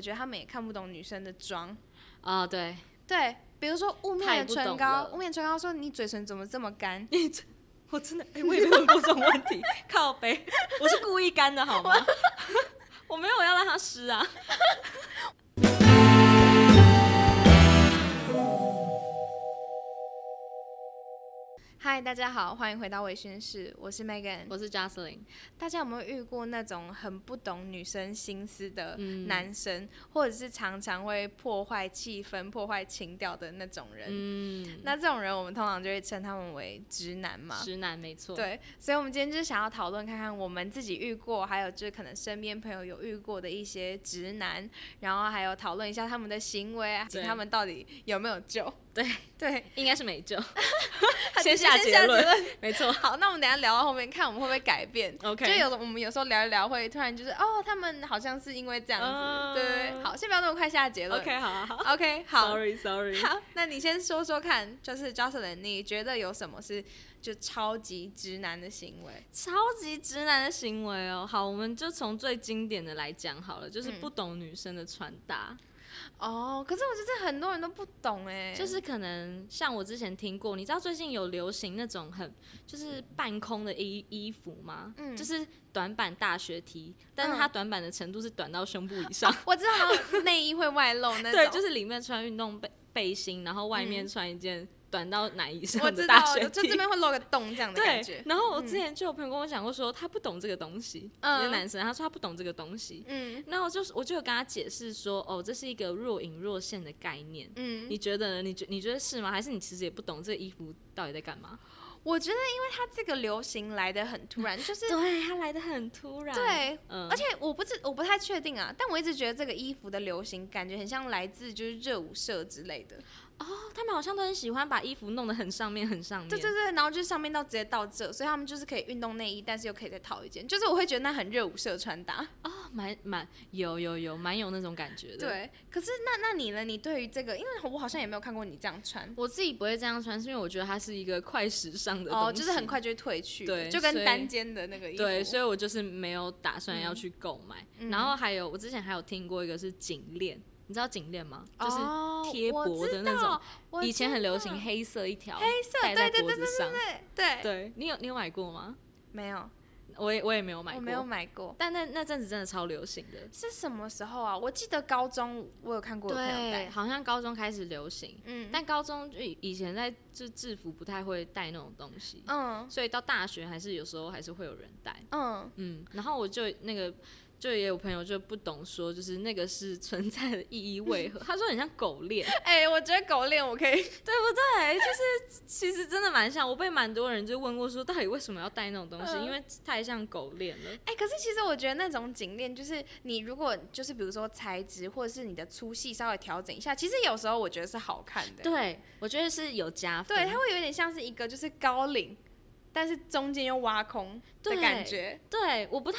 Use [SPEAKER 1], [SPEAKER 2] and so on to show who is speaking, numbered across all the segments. [SPEAKER 1] 觉得他们也看不懂女生的妆。
[SPEAKER 2] 啊、 对，
[SPEAKER 1] 对，比如说雾
[SPEAKER 2] 太
[SPEAKER 1] 面
[SPEAKER 2] 不
[SPEAKER 1] 的唇
[SPEAKER 2] 懂
[SPEAKER 1] 膏
[SPEAKER 2] 了，
[SPEAKER 1] 雾面唇膏说你嘴唇怎么这么干？
[SPEAKER 2] 我真的，哎、我也没问过这种问题，靠背，我是故意干的好吗？ 我没有要让它湿啊。
[SPEAKER 1] 嗨，大家好，欢迎回到微醺室，我是 Megan。
[SPEAKER 2] 我是 Jocelyn，
[SPEAKER 1] 大家有没有遇过那种很不懂女生心思的
[SPEAKER 2] 嗯
[SPEAKER 1] 男生，或者是常常会破坏气氛、破坏情调的那种人？
[SPEAKER 2] 嗯，
[SPEAKER 1] 那这种人，我们通常就会称他们为直男嘛。
[SPEAKER 2] 直男没错，，
[SPEAKER 1] 对，所以，我们今天就是想要讨论看看我们自己遇过，还有就是可能身边朋友有遇过的一些直男，然后还有讨论一下他们的行为啊，以及
[SPEAKER 2] 对
[SPEAKER 1] 他们到底有没有救。
[SPEAKER 2] 对
[SPEAKER 1] 对，
[SPEAKER 2] 应该是没救，
[SPEAKER 1] 直接
[SPEAKER 2] 下
[SPEAKER 1] 结
[SPEAKER 2] 论， 没错
[SPEAKER 1] 好，那我们等一下聊到后面，看我们会不会改变。就
[SPEAKER 2] ，OK，
[SPEAKER 1] 有的我们有时候聊一聊，会突然就是哦，他们好像是因为这样子，
[SPEAKER 2] 嗯
[SPEAKER 1] 对对对。好，先不要那么快下结论。
[SPEAKER 2] OK，好好好
[SPEAKER 1] OK，好。
[SPEAKER 2] ，Sorry Sorry，
[SPEAKER 1] 好，那你先说说看，就是 Jocelyn，你觉得有什么是就超级直男的行为？
[SPEAKER 2] 超级直男的行为哦，好，我们就从最经典的来讲好了，就是
[SPEAKER 1] 嗯
[SPEAKER 2] 不懂女生的穿搭。
[SPEAKER 1] 哦，可是我觉得这很多人都不懂哎、
[SPEAKER 2] 就是可能像我之前听过，你知道最近有流行那种很就是半空的衣衣服吗？
[SPEAKER 1] 嗯
[SPEAKER 2] 就是短版大学 T，但是它短版的程度是短到胸部以上，
[SPEAKER 1] 我知道好像内衣会外露啊那种，
[SPEAKER 2] 对，就是里面穿运动背背心，然后外面
[SPEAKER 1] 嗯
[SPEAKER 2] 穿一件短到奶以
[SPEAKER 1] 我
[SPEAKER 2] 上
[SPEAKER 1] 知
[SPEAKER 2] 的
[SPEAKER 1] 道
[SPEAKER 2] 大，学
[SPEAKER 1] 就这
[SPEAKER 2] T。
[SPEAKER 1] 边会露个洞这样的感
[SPEAKER 2] 对
[SPEAKER 1] 觉，。
[SPEAKER 2] 然后我之前就有朋友跟我讲过说他不懂这个东西，
[SPEAKER 1] 嗯
[SPEAKER 2] 一个男生他说他不懂这个东西，
[SPEAKER 1] 嗯
[SPEAKER 2] 那我就是我就有跟他解释说哦这是一个若隐若现的概念，
[SPEAKER 1] 嗯，
[SPEAKER 2] 你觉得呢？你觉你觉得是吗？还是你其实也不懂这个衣服到底在干嘛？
[SPEAKER 1] 我觉得因为它这个流行来的很突然，就是
[SPEAKER 2] 对，它来的很突然。，
[SPEAKER 1] 对。
[SPEAKER 2] 嗯，
[SPEAKER 1] 而且我不知我不太确定啊，但我一直觉得这个衣服的流行感觉很像来自就是热舞社之类的，
[SPEAKER 2] 哦他们好像都很喜欢把衣服弄得很上面，很上面。
[SPEAKER 1] 对对对，然后就是上面到直接到这，所以他们就是可以运动内衣，但是又可以再套一件，就是我会觉得那很热舞社穿搭。
[SPEAKER 2] 哦，蛮蛮有有有蛮有那种感觉的。，
[SPEAKER 1] 对，可是那那你呢？你对于这个，因为我好像也没有看过你这样穿，
[SPEAKER 2] 我自己不会这样穿，是因为我觉得它是一个快时尚的东西，
[SPEAKER 1] 哦，就是很。快就会退去的，
[SPEAKER 2] 对
[SPEAKER 1] 就
[SPEAKER 2] 所
[SPEAKER 1] 跟
[SPEAKER 2] 以
[SPEAKER 1] 单肩的那个衣服，
[SPEAKER 2] 对，所以我就是没有打算要去购买。
[SPEAKER 1] 嗯
[SPEAKER 2] 然后还有，我之前还有听过一个是颈链，你知道颈链吗？就是
[SPEAKER 1] 哦
[SPEAKER 2] 贴
[SPEAKER 1] 我
[SPEAKER 2] 脖
[SPEAKER 1] 知
[SPEAKER 2] 的那
[SPEAKER 1] 道
[SPEAKER 2] 种，
[SPEAKER 1] 我
[SPEAKER 2] 以前很流
[SPEAKER 1] 知
[SPEAKER 2] 行
[SPEAKER 1] 道
[SPEAKER 2] 黑色一条，黑色
[SPEAKER 1] 对
[SPEAKER 2] 戴在
[SPEAKER 1] 对
[SPEAKER 2] 脖
[SPEAKER 1] 对
[SPEAKER 2] 子上。
[SPEAKER 1] 对对，
[SPEAKER 2] 对你有你有买过吗？
[SPEAKER 1] 没有，
[SPEAKER 2] 我也我也没有买过，
[SPEAKER 1] 我没有买过。
[SPEAKER 2] 但那那阵子真的超流行的，
[SPEAKER 1] 是什么时候啊？我记得高中我有看过有朋友戴，
[SPEAKER 2] 好像高中开始流行，
[SPEAKER 1] 嗯，
[SPEAKER 2] 但高中就以以前在就制服不太会带那种东西，
[SPEAKER 1] 嗯
[SPEAKER 2] 所以到大学还是有时候还是会有人带，
[SPEAKER 1] 嗯，
[SPEAKER 2] 嗯，然后我就那个就也有朋友就不懂说，就是那个是存在的意义为 何？他说很像狗链，
[SPEAKER 1] 哎、我觉得狗链我可以，
[SPEAKER 2] 对不对？就是其实真的蛮像，我被蛮多人就问过说，到底为什么要带那种东西？
[SPEAKER 1] 嗯
[SPEAKER 2] 因为太像狗链了。
[SPEAKER 1] 哎、可是其实我觉得那种颈链，就是你如果就是比如说材质或者是你的粗细稍微调整一下，其实有时候我觉得是好看的，
[SPEAKER 2] 对，我觉得是有加分。
[SPEAKER 1] 对，它会有点像是一个就是高领，但是中间又挖空的
[SPEAKER 2] 对
[SPEAKER 1] 感觉。
[SPEAKER 2] 对，我不太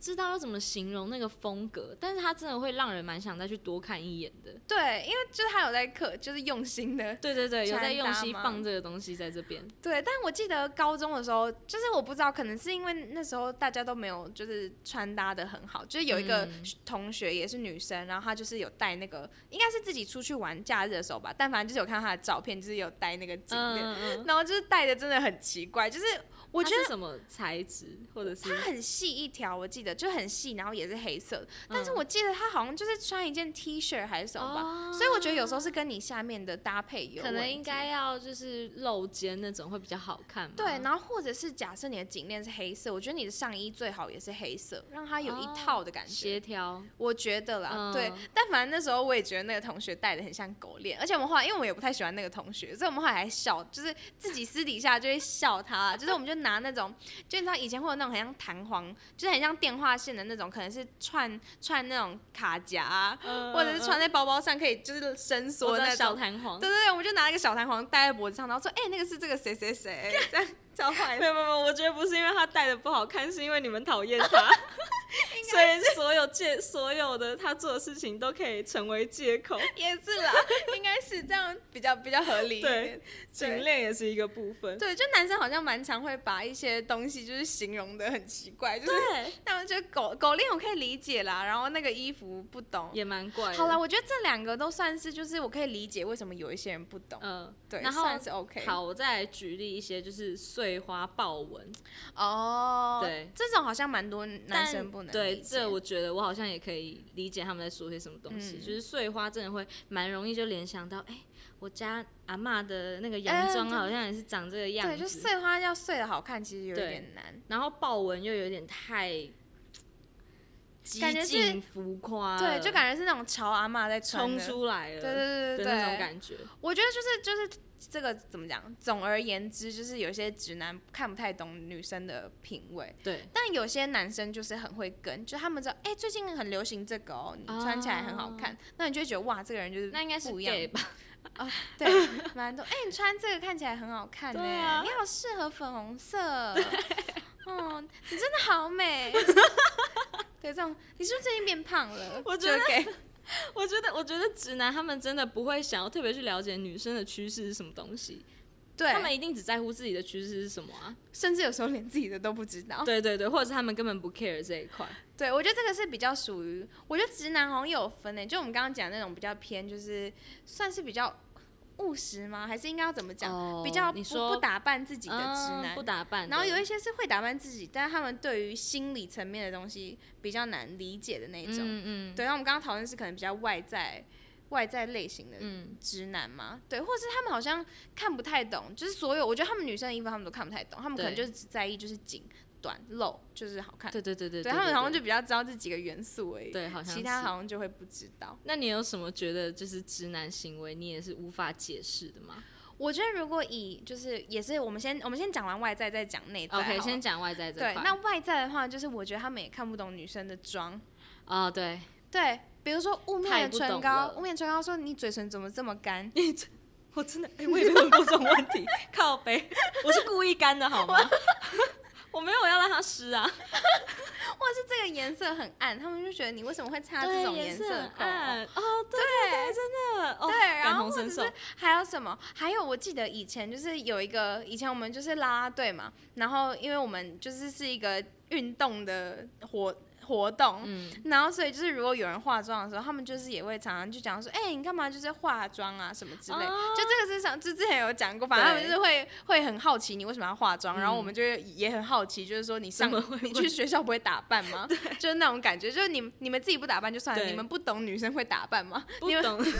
[SPEAKER 2] 知道要怎么形容那个风格，但是它真的会让人蛮想再去多看一眼的。
[SPEAKER 1] 对，因为就是他有在刻，就是用心的。
[SPEAKER 2] 对对对，有在
[SPEAKER 1] 穿搭
[SPEAKER 2] 用心
[SPEAKER 1] 吗
[SPEAKER 2] 放这个东西在这边。
[SPEAKER 1] 对，但我记得高中的时候，就是我不知道，可能是因为那时候大家都没有就是穿搭的很好，就是有一个
[SPEAKER 2] 嗯
[SPEAKER 1] 同学也是女生，然后她就是有带那个，应该是自己出去玩假日的时候吧，但反正就是有看到她的照片，就是有带那个颈
[SPEAKER 2] 嗯
[SPEAKER 1] 链，
[SPEAKER 2] 嗯嗯，
[SPEAKER 1] 然后就是戴的真的很奇怪，就是我觉
[SPEAKER 2] 它
[SPEAKER 1] 得
[SPEAKER 2] 是什么材质或者 是
[SPEAKER 1] 它很细一条，我记得就很细，然后也是黑色的，但是
[SPEAKER 2] 嗯
[SPEAKER 1] 我记得她好像就是穿一件 T 恤还是什么吧，
[SPEAKER 2] 哦
[SPEAKER 1] 所以我觉得有时候是跟你下面的搭配有
[SPEAKER 2] 可能
[SPEAKER 1] 问
[SPEAKER 2] 应
[SPEAKER 1] 题
[SPEAKER 2] 该要就是露肩那种会比较好看嘛。
[SPEAKER 1] 对，然后或者是假设你的颈链是黑色，我觉得你的上衣最好也是黑色，让它有一
[SPEAKER 2] 哦
[SPEAKER 1] 套的感觉。
[SPEAKER 2] 协调。
[SPEAKER 1] 我觉得啦，对
[SPEAKER 2] 嗯，
[SPEAKER 1] 但反正那时候我也觉得那个同学戴的很像狗链，而且我们后来因为我们也不太喜欢那个同学，所以我们后来还笑，就是自己私底下就会笑他，就是我们就拿那种，就你知道以前会有那种很像弹簧，就是很像电话线的那种，可能是串串那种卡夹啊、或者是穿在包包上可以就是伸缩
[SPEAKER 2] 嗯我
[SPEAKER 1] 的那
[SPEAKER 2] 知道小
[SPEAKER 1] 种，
[SPEAKER 2] 弹簧。
[SPEAKER 1] 对对对，我们就拿一个小弹簧戴在脖子上，然后说：“哎、那个是这个谁谁谁。”这样超坏
[SPEAKER 2] 没
[SPEAKER 1] 的。
[SPEAKER 2] 有没有，没有我觉得不是因为它戴的不好看，是因为你们讨厌它，所以所有借所有的他做的事情都可以成为借口，
[SPEAKER 1] 也是啦，应该是这样比较比较合理一点。
[SPEAKER 2] 警恋也是一个部分。
[SPEAKER 1] 对，就男生好像蛮常会把一些东西就是形容的很奇怪，就是
[SPEAKER 2] 对，
[SPEAKER 1] 他们觉得狗狗链我可以理解啦，然后那个衣服不懂。
[SPEAKER 2] 也蛮怪的。
[SPEAKER 1] 好啦，我觉得这两个都算是，就是我可以理解为什么有一些人不懂，
[SPEAKER 2] 嗯，
[SPEAKER 1] 对，
[SPEAKER 2] 然后
[SPEAKER 1] 算是 OK。
[SPEAKER 2] 好，我再来举例一些，就是碎花豹纹，
[SPEAKER 1] 哦，
[SPEAKER 2] 对，
[SPEAKER 1] 这种好像蛮多男
[SPEAKER 2] 但
[SPEAKER 1] 生不能
[SPEAKER 2] 对，
[SPEAKER 1] 理解
[SPEAKER 2] 这我觉得我好像也可以理解他们在说些什么东西，
[SPEAKER 1] 嗯
[SPEAKER 2] 就是碎花真的会蛮容易就联想到，哎、我家阿嬷的那个洋装
[SPEAKER 1] 哎对
[SPEAKER 2] 好像也是长这个样子，
[SPEAKER 1] 对，就碎花要碎的好看，其实有一
[SPEAKER 2] 对
[SPEAKER 1] 点难。
[SPEAKER 2] 然后豹纹又有点太激
[SPEAKER 1] 感觉是
[SPEAKER 2] 进浮夸了，
[SPEAKER 1] 对，就感觉是那种潮阿嬷在穿
[SPEAKER 2] 嗯冲
[SPEAKER 1] 的，
[SPEAKER 2] 出来了，
[SPEAKER 1] 对对对对
[SPEAKER 2] 的
[SPEAKER 1] 对，
[SPEAKER 2] 那种感觉，
[SPEAKER 1] 我觉得就是就是这个怎么讲？总而言之，就是有些直男看不太懂女生的品味，
[SPEAKER 2] 对，
[SPEAKER 1] 但有些男生就是很会跟，就他们知道，哎、最近很流行这个哦，你穿起来很好看，那你就会觉得哇，这个人就是
[SPEAKER 2] 哦那应该是
[SPEAKER 1] 不一样
[SPEAKER 2] gay 吧？
[SPEAKER 1] 对，蛮多。哎、你穿这个看起来很好看呢、
[SPEAKER 2] 对啊
[SPEAKER 1] 你好适合粉红色。 哦，你真的好美。 对，这种你是不是最近变胖了？
[SPEAKER 2] 我觉
[SPEAKER 1] 就
[SPEAKER 2] 得
[SPEAKER 1] 给
[SPEAKER 2] 我觉得，我觉得直男他们真的不会想要特别去了解女生的趋势是什么东西，
[SPEAKER 1] 对
[SPEAKER 2] 他们一定只在乎自己的趋势是什么啊。
[SPEAKER 1] 甚至有时候连自己的都不知道。
[SPEAKER 2] 对对对，或者是他们根本不 care 这一块。
[SPEAKER 1] 对，我觉得这个是比较属于，我觉得直男好像有分诶、就我们刚刚讲那种比较偏，就是算是比较务实吗？还是应该要怎么讲？
[SPEAKER 2] 哦
[SPEAKER 1] 比较
[SPEAKER 2] 你
[SPEAKER 1] 不
[SPEAKER 2] 说
[SPEAKER 1] 不打扮自己的直
[SPEAKER 2] 嗯
[SPEAKER 1] 男，
[SPEAKER 2] 不打扮的，
[SPEAKER 1] 然后有一些是会打扮自己，但是他们对于心理层面的东西比较难理解的那一种。
[SPEAKER 2] 嗯嗯
[SPEAKER 1] 对，那我们刚刚讨论是可能比较外在外在类型的
[SPEAKER 2] 嗯，
[SPEAKER 1] 直男嘛，对，或者是他们好像看不太懂，就是所有我觉得他们女生的衣服他们都看不太懂，他们可能
[SPEAKER 2] 对
[SPEAKER 1] 就是只在意就是紧短露就是好看，
[SPEAKER 2] 对对对对
[SPEAKER 1] 对他们好像就比较知道这几个元素而已，
[SPEAKER 2] 对，好像
[SPEAKER 1] 其他
[SPEAKER 2] 是。
[SPEAKER 1] 好像就会不知道。
[SPEAKER 2] 那你有什么觉得就是直男行为你也是无法解释的吗
[SPEAKER 1] 我觉得如果以就是也是我们先我们先讲完外在再讲内在好了
[SPEAKER 2] ？OK，先讲外在这
[SPEAKER 1] 对
[SPEAKER 2] 块。，
[SPEAKER 1] 那外在的话就是我觉得他们也看不懂女生的妆。
[SPEAKER 2] 哦对，
[SPEAKER 1] 对，比如说雾
[SPEAKER 2] 太
[SPEAKER 1] 面
[SPEAKER 2] 不
[SPEAKER 1] 的唇
[SPEAKER 2] 懂
[SPEAKER 1] 膏
[SPEAKER 2] 了，
[SPEAKER 1] 雾面唇膏说你嘴唇怎么这么干？
[SPEAKER 2] 我真的、哎，我也没问过这种问题， 靠背，我是故意干的好吗？ 我没有要让他湿啊，
[SPEAKER 1] 或是这个颜色很暗，他们就觉得你为什么会擦这
[SPEAKER 2] 对
[SPEAKER 1] 种
[SPEAKER 2] 颜
[SPEAKER 1] 色
[SPEAKER 2] 很
[SPEAKER 1] 口红？
[SPEAKER 2] 暗哦，对对，真的，哦
[SPEAKER 1] 对，
[SPEAKER 2] 感
[SPEAKER 1] 然后
[SPEAKER 2] 同
[SPEAKER 1] 或
[SPEAKER 2] 身
[SPEAKER 1] 者
[SPEAKER 2] 受
[SPEAKER 1] 是，还有什么？还有我记得以前就是有一个，以前我们就是啦啦队嘛，然后因为我们就是是一个运动的活活动，
[SPEAKER 2] 嗯，
[SPEAKER 1] 然后所以就是如果有人化妆的时候，他们就是也会常常就讲说，哎、你干嘛就是化妆啊什么之类。
[SPEAKER 2] 哦
[SPEAKER 1] 就这个是上，就之前有讲过，反正他们
[SPEAKER 2] 对
[SPEAKER 1] 就是会会很好奇你为什么要化妆，
[SPEAKER 2] 嗯
[SPEAKER 1] 然后我们就会也很好奇，就是说你上
[SPEAKER 2] 怎么会
[SPEAKER 1] 你去学校不会打扮 吗？就是那种感觉，就是你们你们自己不打扮就算了，
[SPEAKER 2] 对
[SPEAKER 1] 你们不懂女生会打扮吗？
[SPEAKER 2] 不
[SPEAKER 1] 你们
[SPEAKER 2] 懂，
[SPEAKER 1] 就是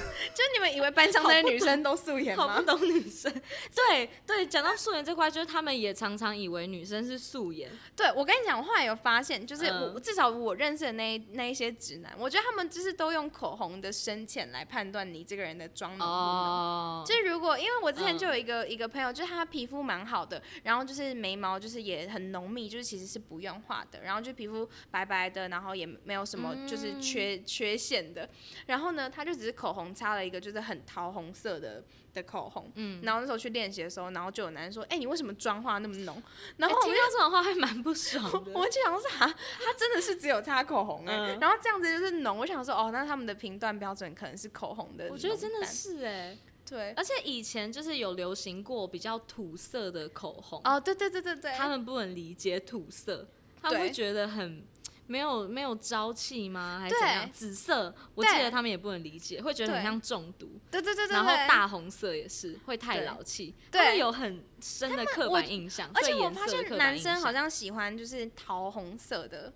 [SPEAKER 1] 你们以为班上那些女生都素颜
[SPEAKER 2] 好不
[SPEAKER 1] 吗？
[SPEAKER 2] 懂女 生。对对，讲到素颜这块，就是他们也常常以为女生是素颜，
[SPEAKER 1] 对，我跟你讲，我后来有发现，就是我、
[SPEAKER 2] 嗯
[SPEAKER 1] 至少我认识的那一那一些直男，我觉得他们就是都用口红的深浅来判断你这个人的妆
[SPEAKER 2] 嗯
[SPEAKER 1] 浓不浓。
[SPEAKER 2] 哦，
[SPEAKER 1] 就是如果，因为我之前
[SPEAKER 2] 嗯
[SPEAKER 1] 就有一个、一个朋友，就是他皮肤蛮好的，然后就是眉毛就是也很浓密，就是其实是不用画的，然后就皮肤白白的，然后也没有什么
[SPEAKER 2] 嗯
[SPEAKER 1] 就是缺、缺陷的。然后呢，他就只是口红擦了一个就是很桃红色的的口红，嗯，然后那时候去练习的时候，然后就有男人说，哎、你为什么妆化那么浓？然后
[SPEAKER 2] 哎
[SPEAKER 1] 我
[SPEAKER 2] 听到这种话还蛮不爽的
[SPEAKER 1] 我。就想说，哈，他真的是只有擦口红哎、
[SPEAKER 2] 嗯
[SPEAKER 1] 然后这样子就是浓。我想说，哦，那他们的评断标准可能是口红的浓淡，
[SPEAKER 2] 我觉得真的是哎、
[SPEAKER 1] 对，
[SPEAKER 2] 而且以前就是有流行过比较土色的口红，
[SPEAKER 1] 哦，对对对对对，
[SPEAKER 2] 他们不能理解土色，他们
[SPEAKER 1] 对
[SPEAKER 2] 会觉得很没有没有朝气吗？还是
[SPEAKER 1] 对
[SPEAKER 2] 怎样？紫色，我记
[SPEAKER 1] 对
[SPEAKER 2] 得他们也不能理解，会觉得很
[SPEAKER 1] 对
[SPEAKER 2] 像中毒。
[SPEAKER 1] 对对对对，
[SPEAKER 2] 然后
[SPEAKER 1] 对。
[SPEAKER 2] 大红色也是会太
[SPEAKER 1] 对
[SPEAKER 2] 老气，
[SPEAKER 1] 对
[SPEAKER 2] 他们有很深的刻板印象，
[SPEAKER 1] 而且
[SPEAKER 2] 对
[SPEAKER 1] 我
[SPEAKER 2] 颜色
[SPEAKER 1] 发
[SPEAKER 2] 的刻
[SPEAKER 1] 现
[SPEAKER 2] 板
[SPEAKER 1] 男
[SPEAKER 2] 印
[SPEAKER 1] 生好
[SPEAKER 2] 象
[SPEAKER 1] 像喜欢就是桃红色的，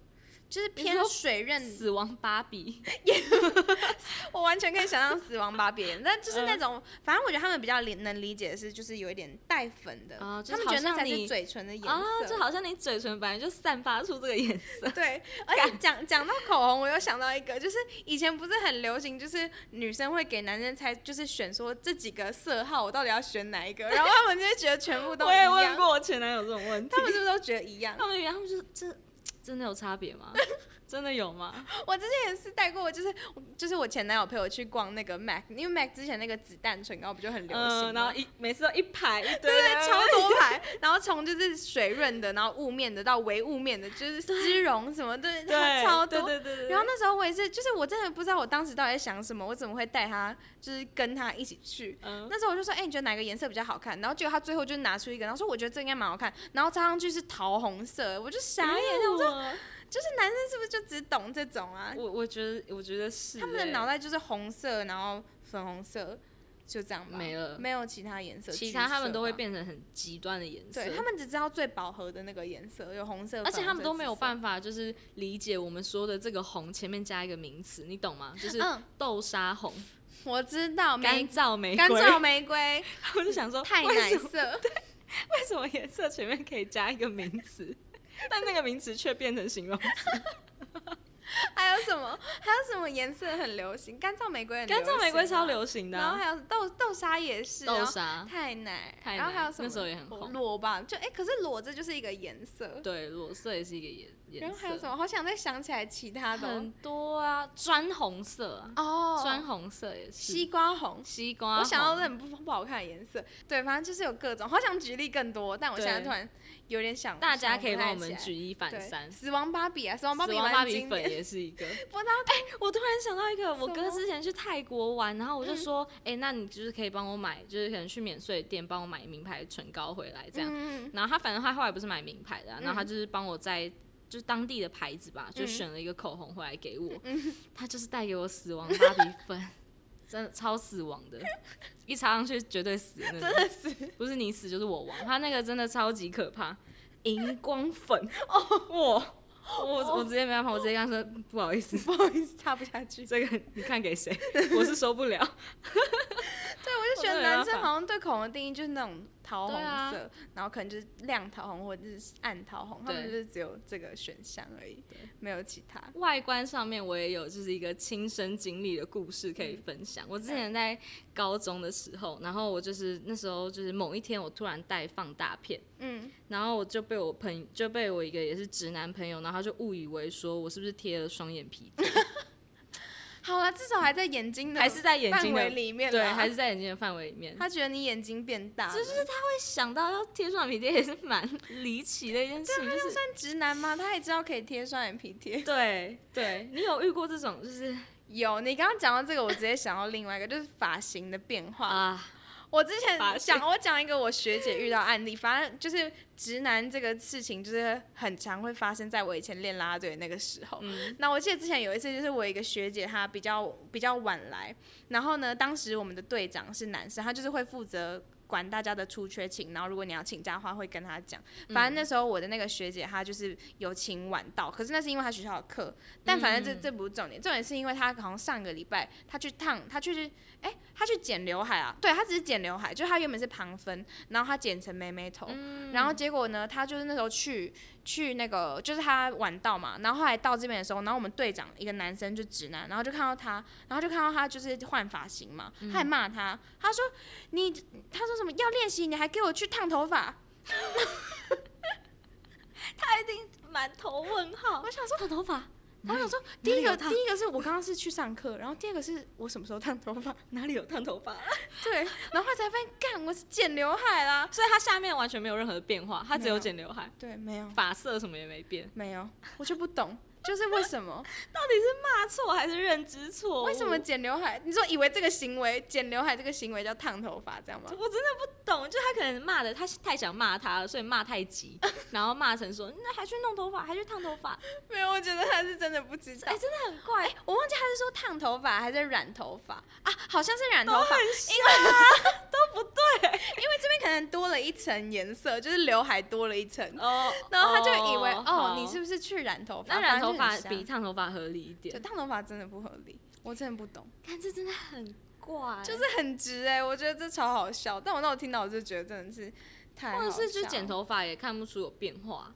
[SPEAKER 1] 就是
[SPEAKER 2] 你
[SPEAKER 1] 偏
[SPEAKER 2] 说
[SPEAKER 1] 水润。
[SPEAKER 2] 死亡芭比，
[SPEAKER 1] 我完全可以想象死亡芭比，但就是那
[SPEAKER 2] 嗯
[SPEAKER 1] 种，反正我觉得他们比较理能理解的是，就是有一点带粉的，
[SPEAKER 2] 啊就
[SPEAKER 1] 他
[SPEAKER 2] 是
[SPEAKER 1] 们
[SPEAKER 2] 好
[SPEAKER 1] 觉得那
[SPEAKER 2] 像
[SPEAKER 1] 才
[SPEAKER 2] 你
[SPEAKER 1] 是嘴唇的颜
[SPEAKER 2] 啊，
[SPEAKER 1] 色。
[SPEAKER 2] 就好像你嘴唇本来就散发出这个颜色，
[SPEAKER 1] 对，而且讲讲到口红，我又想到一个，就是以前不是很流行，就是女生会给男生猜，就是选说这几个色号我到底要选哪一个，然后他们就会觉得全部都
[SPEAKER 2] 我
[SPEAKER 1] 一
[SPEAKER 2] 也问
[SPEAKER 1] 样，
[SPEAKER 2] 过我前男友这种问题
[SPEAKER 1] 他，们是不是都觉得一样？
[SPEAKER 2] 他们以为他们就是这真的有差别吗？真的有吗？
[SPEAKER 1] 我之前也是带过，就是就是我前男友陪我去逛那个 MAC，因为 MAC 之前那个子弹唇膏不就很流行吗、
[SPEAKER 2] 嗯，然后一每次都一排一堆，
[SPEAKER 1] 对对，对超多牌，然后从就是水润的，然后雾面的到微雾面的，就是丝绒什么的，
[SPEAKER 2] 对，
[SPEAKER 1] 超多。
[SPEAKER 2] 对对对对。
[SPEAKER 1] 然后那时候我也是，就是我真的不知道我当时到底在想什么，我怎么会带他，就是跟他一起去。
[SPEAKER 2] 嗯
[SPEAKER 1] 那时候我就说，哎、你觉得哪个颜色比较好看？然后结果他最后就拿出一个，然后说我觉得这应该蛮好看，然后插上去是桃红色，我就傻眼，
[SPEAKER 2] 哎
[SPEAKER 1] 我说
[SPEAKER 2] 我
[SPEAKER 1] 就是男生是不是就只懂这种啊？
[SPEAKER 2] 我我觉得我觉得是
[SPEAKER 1] 他们的
[SPEAKER 2] 欸
[SPEAKER 1] 脑袋就是红色，然后粉红色，就这样吧，
[SPEAKER 2] 没了
[SPEAKER 1] 没有其他颜色，
[SPEAKER 2] 其他他们都会
[SPEAKER 1] 橘色吧。
[SPEAKER 2] 变成很极端的颜色，
[SPEAKER 1] 对他们只知道最饱和的那个颜色，有红色，
[SPEAKER 2] 而且他们都没有
[SPEAKER 1] 法。
[SPEAKER 2] 办法就是理解我们说的这个红前面加一个名词，你懂吗？就是
[SPEAKER 1] 嗯，
[SPEAKER 2] 豆沙红、
[SPEAKER 1] 我知道
[SPEAKER 2] 干
[SPEAKER 1] 玫
[SPEAKER 2] 燥玫
[SPEAKER 1] 干
[SPEAKER 2] 瑰。
[SPEAKER 1] 燥玫瑰
[SPEAKER 2] 我就想说，
[SPEAKER 1] 太
[SPEAKER 2] 为
[SPEAKER 1] 奶
[SPEAKER 2] 什么
[SPEAKER 1] 色，
[SPEAKER 2] 为什么颜色前面可以加一个名词，但那个名词却变成形容词？
[SPEAKER 1] 还有什么？还有什么颜色很流行？干燥玫瑰很流
[SPEAKER 2] 干
[SPEAKER 1] 行啊
[SPEAKER 2] 燥玫瑰超流行的
[SPEAKER 1] 然后
[SPEAKER 2] 啊、
[SPEAKER 1] 还有豆豆沙也是，
[SPEAKER 2] 豆
[SPEAKER 1] 然后
[SPEAKER 2] 沙，
[SPEAKER 1] 太奶，
[SPEAKER 2] 太
[SPEAKER 1] 然后
[SPEAKER 2] 奶
[SPEAKER 1] 还有什么？
[SPEAKER 2] 那时候也很红
[SPEAKER 1] 裸吧，就哎、可是裸这就是一个颜色。
[SPEAKER 2] 对，裸色也是一个颜颜
[SPEAKER 1] 然
[SPEAKER 2] 色。
[SPEAKER 1] 后还有什么？好想再想起来其他的哦
[SPEAKER 2] 很多啊，砖红色啊，
[SPEAKER 1] 哦，
[SPEAKER 2] 砖红色也是，
[SPEAKER 1] 西瓜红。
[SPEAKER 2] 西瓜红。
[SPEAKER 1] 我想到那很不不好看的颜色，对，反正就是有各种，好想举例更多，但我现在
[SPEAKER 2] 对
[SPEAKER 1] 突然有点想，
[SPEAKER 2] 大家可以
[SPEAKER 1] 想不太
[SPEAKER 2] 帮我们
[SPEAKER 1] 起来
[SPEAKER 2] 举一反
[SPEAKER 1] 对
[SPEAKER 2] 三。死
[SPEAKER 1] 死亡芭比啊，死亡芭比
[SPEAKER 2] 亡芭
[SPEAKER 1] 蛮
[SPEAKER 2] 比
[SPEAKER 1] 经
[SPEAKER 2] 粉
[SPEAKER 1] 典，
[SPEAKER 2] 也是一个。 哎
[SPEAKER 1] 不知道
[SPEAKER 2] 我突然想到一个，
[SPEAKER 1] 什么
[SPEAKER 2] 我哥之前去泰国玩，然后我就
[SPEAKER 1] 嗯
[SPEAKER 2] 说，哎、那你就是可以帮我买，就是可能去免税店帮我买名牌唇膏回来这样。
[SPEAKER 1] 嗯
[SPEAKER 2] 然后他反正他后来不是买名牌的啊、
[SPEAKER 1] 嗯
[SPEAKER 2] 然后他就是帮我在就是当地的牌子吧，就
[SPEAKER 1] 嗯
[SPEAKER 2] 选了一个口红回来给我，
[SPEAKER 1] 嗯
[SPEAKER 2] 他就是带给我死亡芭比粉， 真的超死亡的，一擦上去绝对死的那种，真的死，不是你死就是我亡，他那个真的超级可怕，荧光粉哦，我我我直接没办法，我直接跟他说不好 意思，
[SPEAKER 1] 不好意思，嗯插不下去。
[SPEAKER 2] 这个你看给谁，我是受不了，
[SPEAKER 1] 对，我就觉
[SPEAKER 2] 我真的
[SPEAKER 1] 得
[SPEAKER 2] 没
[SPEAKER 1] 男
[SPEAKER 2] 办
[SPEAKER 1] 生
[SPEAKER 2] 法
[SPEAKER 1] 好像对口红的定义就是那种桃红
[SPEAKER 2] 对啊
[SPEAKER 1] 色，然后可能就是亮桃红或者是暗桃红，他们
[SPEAKER 2] 对
[SPEAKER 1] 就是只有这个选项而已
[SPEAKER 2] 对，
[SPEAKER 1] 没有其他。
[SPEAKER 2] 外观上面我也有就是一个亲身经历的故事可以分享。我之前在高中的时候，然后我就是那时候就是某一天我突然带放大片，
[SPEAKER 1] 嗯，
[SPEAKER 2] 然后我就被我朋就被我一个也是直男朋友，然后他就误以为说我是不是贴了双眼皮贴，
[SPEAKER 1] 好了，至少还在眼睛的
[SPEAKER 2] 还是在眼
[SPEAKER 1] 范
[SPEAKER 2] 睛
[SPEAKER 1] 围
[SPEAKER 2] 的
[SPEAKER 1] 里面啦，
[SPEAKER 2] 对，还是在眼睛的范围里面。
[SPEAKER 1] 他觉得你眼睛变大了，就是他
[SPEAKER 2] 会想到要贴双眼皮贴也是蛮离奇的一件事情，就是
[SPEAKER 1] 算直男吗？他也知道可以贴双眼皮贴。
[SPEAKER 2] 对对，你有遇过这种就是
[SPEAKER 1] 有，你刚刚讲到这个，我直接想到另外一个，就是发型的变 化。
[SPEAKER 2] 啊，
[SPEAKER 1] 我之前
[SPEAKER 2] 发现
[SPEAKER 1] 讲，我讲一个我学姐遇到案例，反正就是直男这个事情，就是很常会发生在我以前练啦啦队的那个时候。
[SPEAKER 2] 嗯
[SPEAKER 1] 那我记得之前有一次，就是我一个学姐，她比较比较晚来，然后呢，当时我们的队长是男生，他就是会负责。管大家的出缺勤，然后如果你要请假的话，会跟他讲。
[SPEAKER 2] 嗯
[SPEAKER 1] 反正那时候我的那个学姐她就是有请晚到，可是那是因为她学校的课。但反正这、
[SPEAKER 2] 嗯
[SPEAKER 1] 这不是重点，重点是因为她好像上个礼拜她去烫，她去哎、她去剪刘海啊，对她只是剪刘海，就她原本是旁分，然后她剪成妹妹头，
[SPEAKER 2] 嗯
[SPEAKER 1] 然后结果呢，她就是那时候去去那个，就是她晚到嘛，然后后来到这边的时候，然后我们队长一个男生就直男，然后就看到她，然后就看到她就是换发型嘛，
[SPEAKER 2] 嗯
[SPEAKER 1] 他还骂她，他说你，他说什么要练习，你还给我去烫头发，
[SPEAKER 2] 满头问号，
[SPEAKER 1] 我想说
[SPEAKER 2] 哦烫头发，
[SPEAKER 1] 然后想说，第
[SPEAKER 2] 哪
[SPEAKER 1] 一
[SPEAKER 2] 里有
[SPEAKER 1] 个
[SPEAKER 2] 烫
[SPEAKER 1] 第一个是我刚刚是去上课，然后第二个是我什么时候烫头发？
[SPEAKER 2] 哪里有烫头发？
[SPEAKER 1] 对，然后后来才发现，干我是剪刘海啦。
[SPEAKER 2] 所以它下面完全没有任何的变化，它只
[SPEAKER 1] 没
[SPEAKER 2] 有
[SPEAKER 1] 有
[SPEAKER 2] 剪刘海，
[SPEAKER 1] 对，没有
[SPEAKER 2] 发色什么也没变。
[SPEAKER 1] 没有，我就不懂， 就是为什么
[SPEAKER 2] 骂啊错还是认知错误？
[SPEAKER 1] 为什么剪刘海？你说以为这个行为剪刘海这个行为叫烫头发，这样吗？
[SPEAKER 2] 我真的不懂，就他可能骂的，他太想骂他了，所以骂太 急，然后骂成说那还去弄头发，还去烫头发，
[SPEAKER 1] 没有，我觉得他是真的不知道。
[SPEAKER 2] 哎、真的很怪，
[SPEAKER 1] 我忘记他是说烫头发还是染头发啊？好像是染头
[SPEAKER 2] 哎
[SPEAKER 1] 发，因为都不对，因为这边可能多了一层颜色，就是刘海多了一层，
[SPEAKER 2] 哦，
[SPEAKER 1] 然后他就以为哦
[SPEAKER 2] 好，
[SPEAKER 1] 你是不是去染头发？
[SPEAKER 2] 那染
[SPEAKER 1] 反
[SPEAKER 2] 头发
[SPEAKER 1] 正就很
[SPEAKER 2] 比
[SPEAKER 1] 瞎
[SPEAKER 2] 烫头发合理一
[SPEAKER 1] 对
[SPEAKER 2] 点，
[SPEAKER 1] 烫头发真的不合理，我真的不懂，
[SPEAKER 2] 看这真的很怪，
[SPEAKER 1] 就是很直哎、我觉得这超好笑。但我那我听到我就觉得真的是太
[SPEAKER 2] 或
[SPEAKER 1] 好
[SPEAKER 2] 者
[SPEAKER 1] 笑
[SPEAKER 2] 是就剪头发也看不出有变化，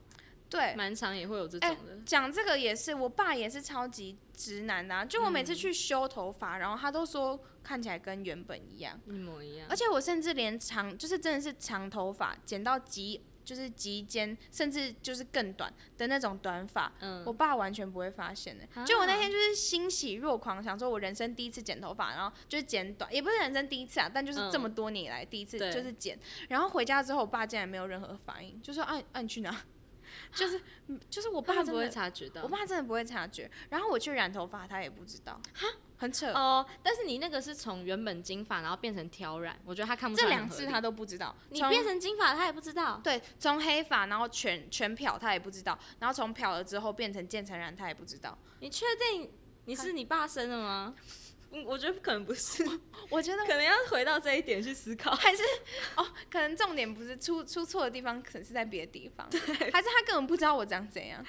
[SPEAKER 1] 对，
[SPEAKER 2] 蛮长也会有这种的，
[SPEAKER 1] 讲这个也是，我爸也是超级直男的、啊，就我每次
[SPEAKER 2] 嗯
[SPEAKER 1] 去修头发，然后他都说看起来跟原本一样，
[SPEAKER 2] 一模一样
[SPEAKER 1] 而，且我甚至连长就是真的是长头发剪到及就是及肩，甚至就是更短的那种短发，
[SPEAKER 2] 嗯
[SPEAKER 1] 我爸完全不会发现的、
[SPEAKER 2] 啊
[SPEAKER 1] 就我那天就是欣喜若狂，想说我人生第一次剪头发，然后就是剪短，也不是人生第一次啊，但就是这么多年以来第一次
[SPEAKER 2] 对
[SPEAKER 1] 就是剪。然后回家之后，我爸竟然没有任何反应，就说：“啊啊，你去哪？” 就是就是我
[SPEAKER 2] 我
[SPEAKER 1] 爸
[SPEAKER 2] 爸
[SPEAKER 1] 真
[SPEAKER 2] 不
[SPEAKER 1] 的
[SPEAKER 2] 会察觉到
[SPEAKER 1] 我。爸真的不会察觉。然后我去染头发，他也不知道，哈，很扯。
[SPEAKER 2] 哦，但是你那个是从原本金发，然后变成挑染，我觉得他看不出
[SPEAKER 1] 这
[SPEAKER 2] 来
[SPEAKER 1] 两
[SPEAKER 2] 很合
[SPEAKER 1] 次
[SPEAKER 2] 理
[SPEAKER 1] 他都不知道，
[SPEAKER 2] 你
[SPEAKER 1] 从
[SPEAKER 2] 变成金发，他也不知道。
[SPEAKER 1] 对从黑发，然后全全漂他也不知道，然后从漂了之后变成渐层染他也不知道。
[SPEAKER 2] 你确定你是你爸生的吗？嗯 我觉得可能不是，可
[SPEAKER 1] 我觉得
[SPEAKER 2] 能要回到这一点去思 考。
[SPEAKER 1] 还是哦，可能重点不是出出错的地方，可能是在别的地方，还是他根本不知道我长怎 样，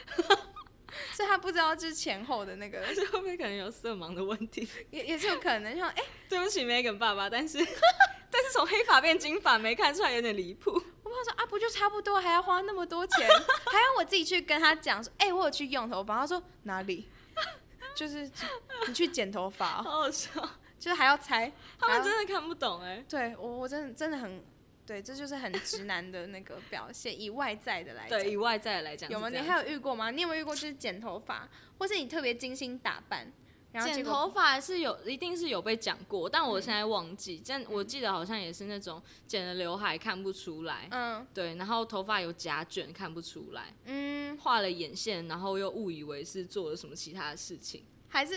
[SPEAKER 1] 所以他不知道就是前后的那个，
[SPEAKER 2] 这后面可能有色盲的问题。
[SPEAKER 1] 也也是有可能像哎、
[SPEAKER 2] 对不起，Megan 爸爸，但是 但是从黑发变金发没看出来有点离谱。
[SPEAKER 1] 我爸说啊，不就差不多，还要花那么多 钱，还要我自己去跟他讲说，哎、我有去用头发，他说哪里？ 就是你去剪头发、哦，
[SPEAKER 2] 好好笑，
[SPEAKER 1] 就是还要猜，
[SPEAKER 2] 他
[SPEAKER 1] 还
[SPEAKER 2] 们
[SPEAKER 1] 要
[SPEAKER 2] 真的看不懂哎、
[SPEAKER 1] 对我我真的真的很对，这就是很直男的那个表现，以外在的来讲，
[SPEAKER 2] 对，以外在来讲是
[SPEAKER 1] 有
[SPEAKER 2] 这
[SPEAKER 1] 吗？
[SPEAKER 2] 样子，
[SPEAKER 1] 你还有遇过吗？你有没有遇过就是剪头发，或是你特别精心打扮，然后结
[SPEAKER 2] 剪
[SPEAKER 1] 果
[SPEAKER 2] 头发是有，一定是有被讲过，但我现在忘记。但
[SPEAKER 1] 嗯
[SPEAKER 2] 我记得好像也是那种剪了刘海看不出来，
[SPEAKER 1] 嗯
[SPEAKER 2] 对，然后头发有夹卷看不出来，
[SPEAKER 1] 嗯，
[SPEAKER 2] 画了眼线，然后又误以为是做了什么其他的事情，
[SPEAKER 1] 还是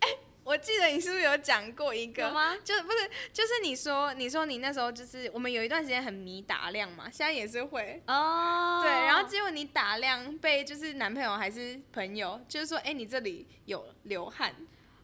[SPEAKER 1] 哎、我记得你是不是有讲过一
[SPEAKER 2] 有
[SPEAKER 1] 个？
[SPEAKER 2] 吗？
[SPEAKER 1] 就是不是就是你说你说你那时候就是我们有一段时间很迷打量嘛，现在也是会。
[SPEAKER 2] 哦，
[SPEAKER 1] 对，然后结果你打量被就是男朋友还是朋友，就是说，哎、你这里有流汗，